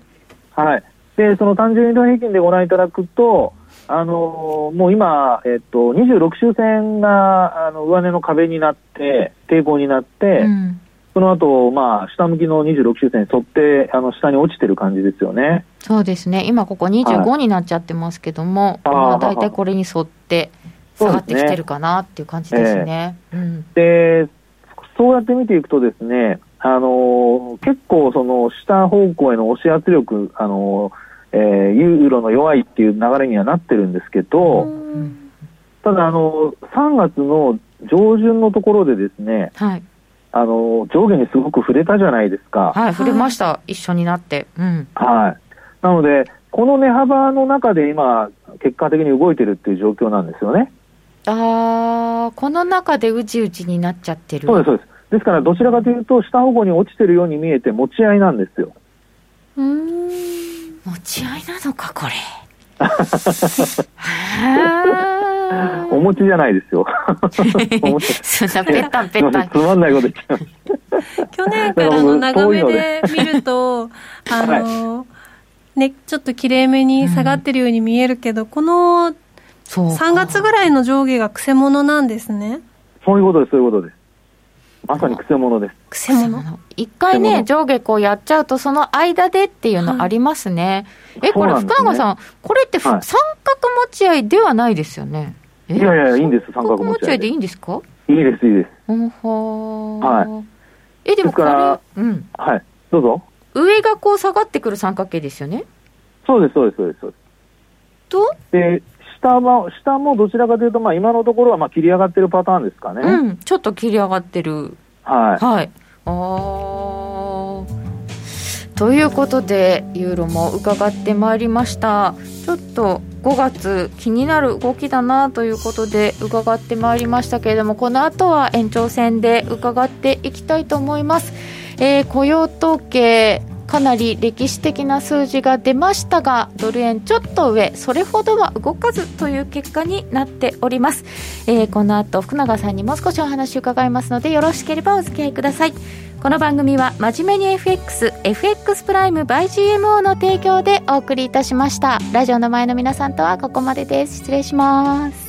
はい。で、その単純移動平均でご覧いただくと、あのもう今、えっと、26周線が、あの、上値の壁になって、抵抗になって、うんその後、まあ、下向きの26周線に沿って、あの、下に落ちてる感じですよね。そうですね今ここ25になっちゃってますけども、あーまあ、大体これに沿って下がってきてるかなっていう感じですねうんで、そうやって見ていくとですね、あの結構その下方向への押し圧力、あのえーユーロの弱いっていう流れにはなってるんですけど、ただあの3月の上旬のところでですね、はい、あの上下にすごく触れたじゃないですか。はい、触れました一緒になってうんはい。なので、この値幅の中で今、結果的に動いてるっていう状況なんですよね。あーこの中でうじうじになっちゃってるそうです、そうです。ですから、どちらかというと、下方向に落ちてるように見えて、持ち合いなんですよ。うーん持ち合いなのかこ [LAUGHS] れはお持ちじゃない [LAUGHS] ですよ。お持ちーそんなぺったんぺったんつまんないこと言っちゃいまし去年からの眺めで見ると、あのでの、ね、ちょっときれいめに下がってるように見えるけど、このそうか3月ぐらいの上下がくせ者なんですね。た。そういうことです、そういうことです。まさに癖者です。くせ者。一回でねも上下こうやっちゃうとその間でっていうのありますね、えこれそうなん福ですね永さんこれってふ、はい三角持ち合いではないですよねえいやいや、いいんです、三三角角持持ちち合合いで。いいでいいいんですかです、いいです。おんほーえででもこれすからうんはい。どうぞ。上がこう下がってくる三角形ですよねそうです、そうです、そうです。そうと、ですで、下は、下もどちらかというと、まあ、今のところは、まあ、切り上がってるパターンですかね。うんちょっと切り上がってるはい。はい。あーということでユーロも伺ってまいりましたちょっと5月気になる動きだなということで伺ってまいりましたけれどもこの後は延長戦で伺っていきたいと思います、えー雇用統計かなり歴史的な数字が出ましたがドル円ちょっと上それほどは動かずという結果になっておりますえーこの後福永さんにもう少しお話を伺いますのでよろしければお付き合いくださいこの番組は真面目に FXFX プライム by GMO の提供でお送りいたしましたラジオの前の皆さんとはここまでです失礼します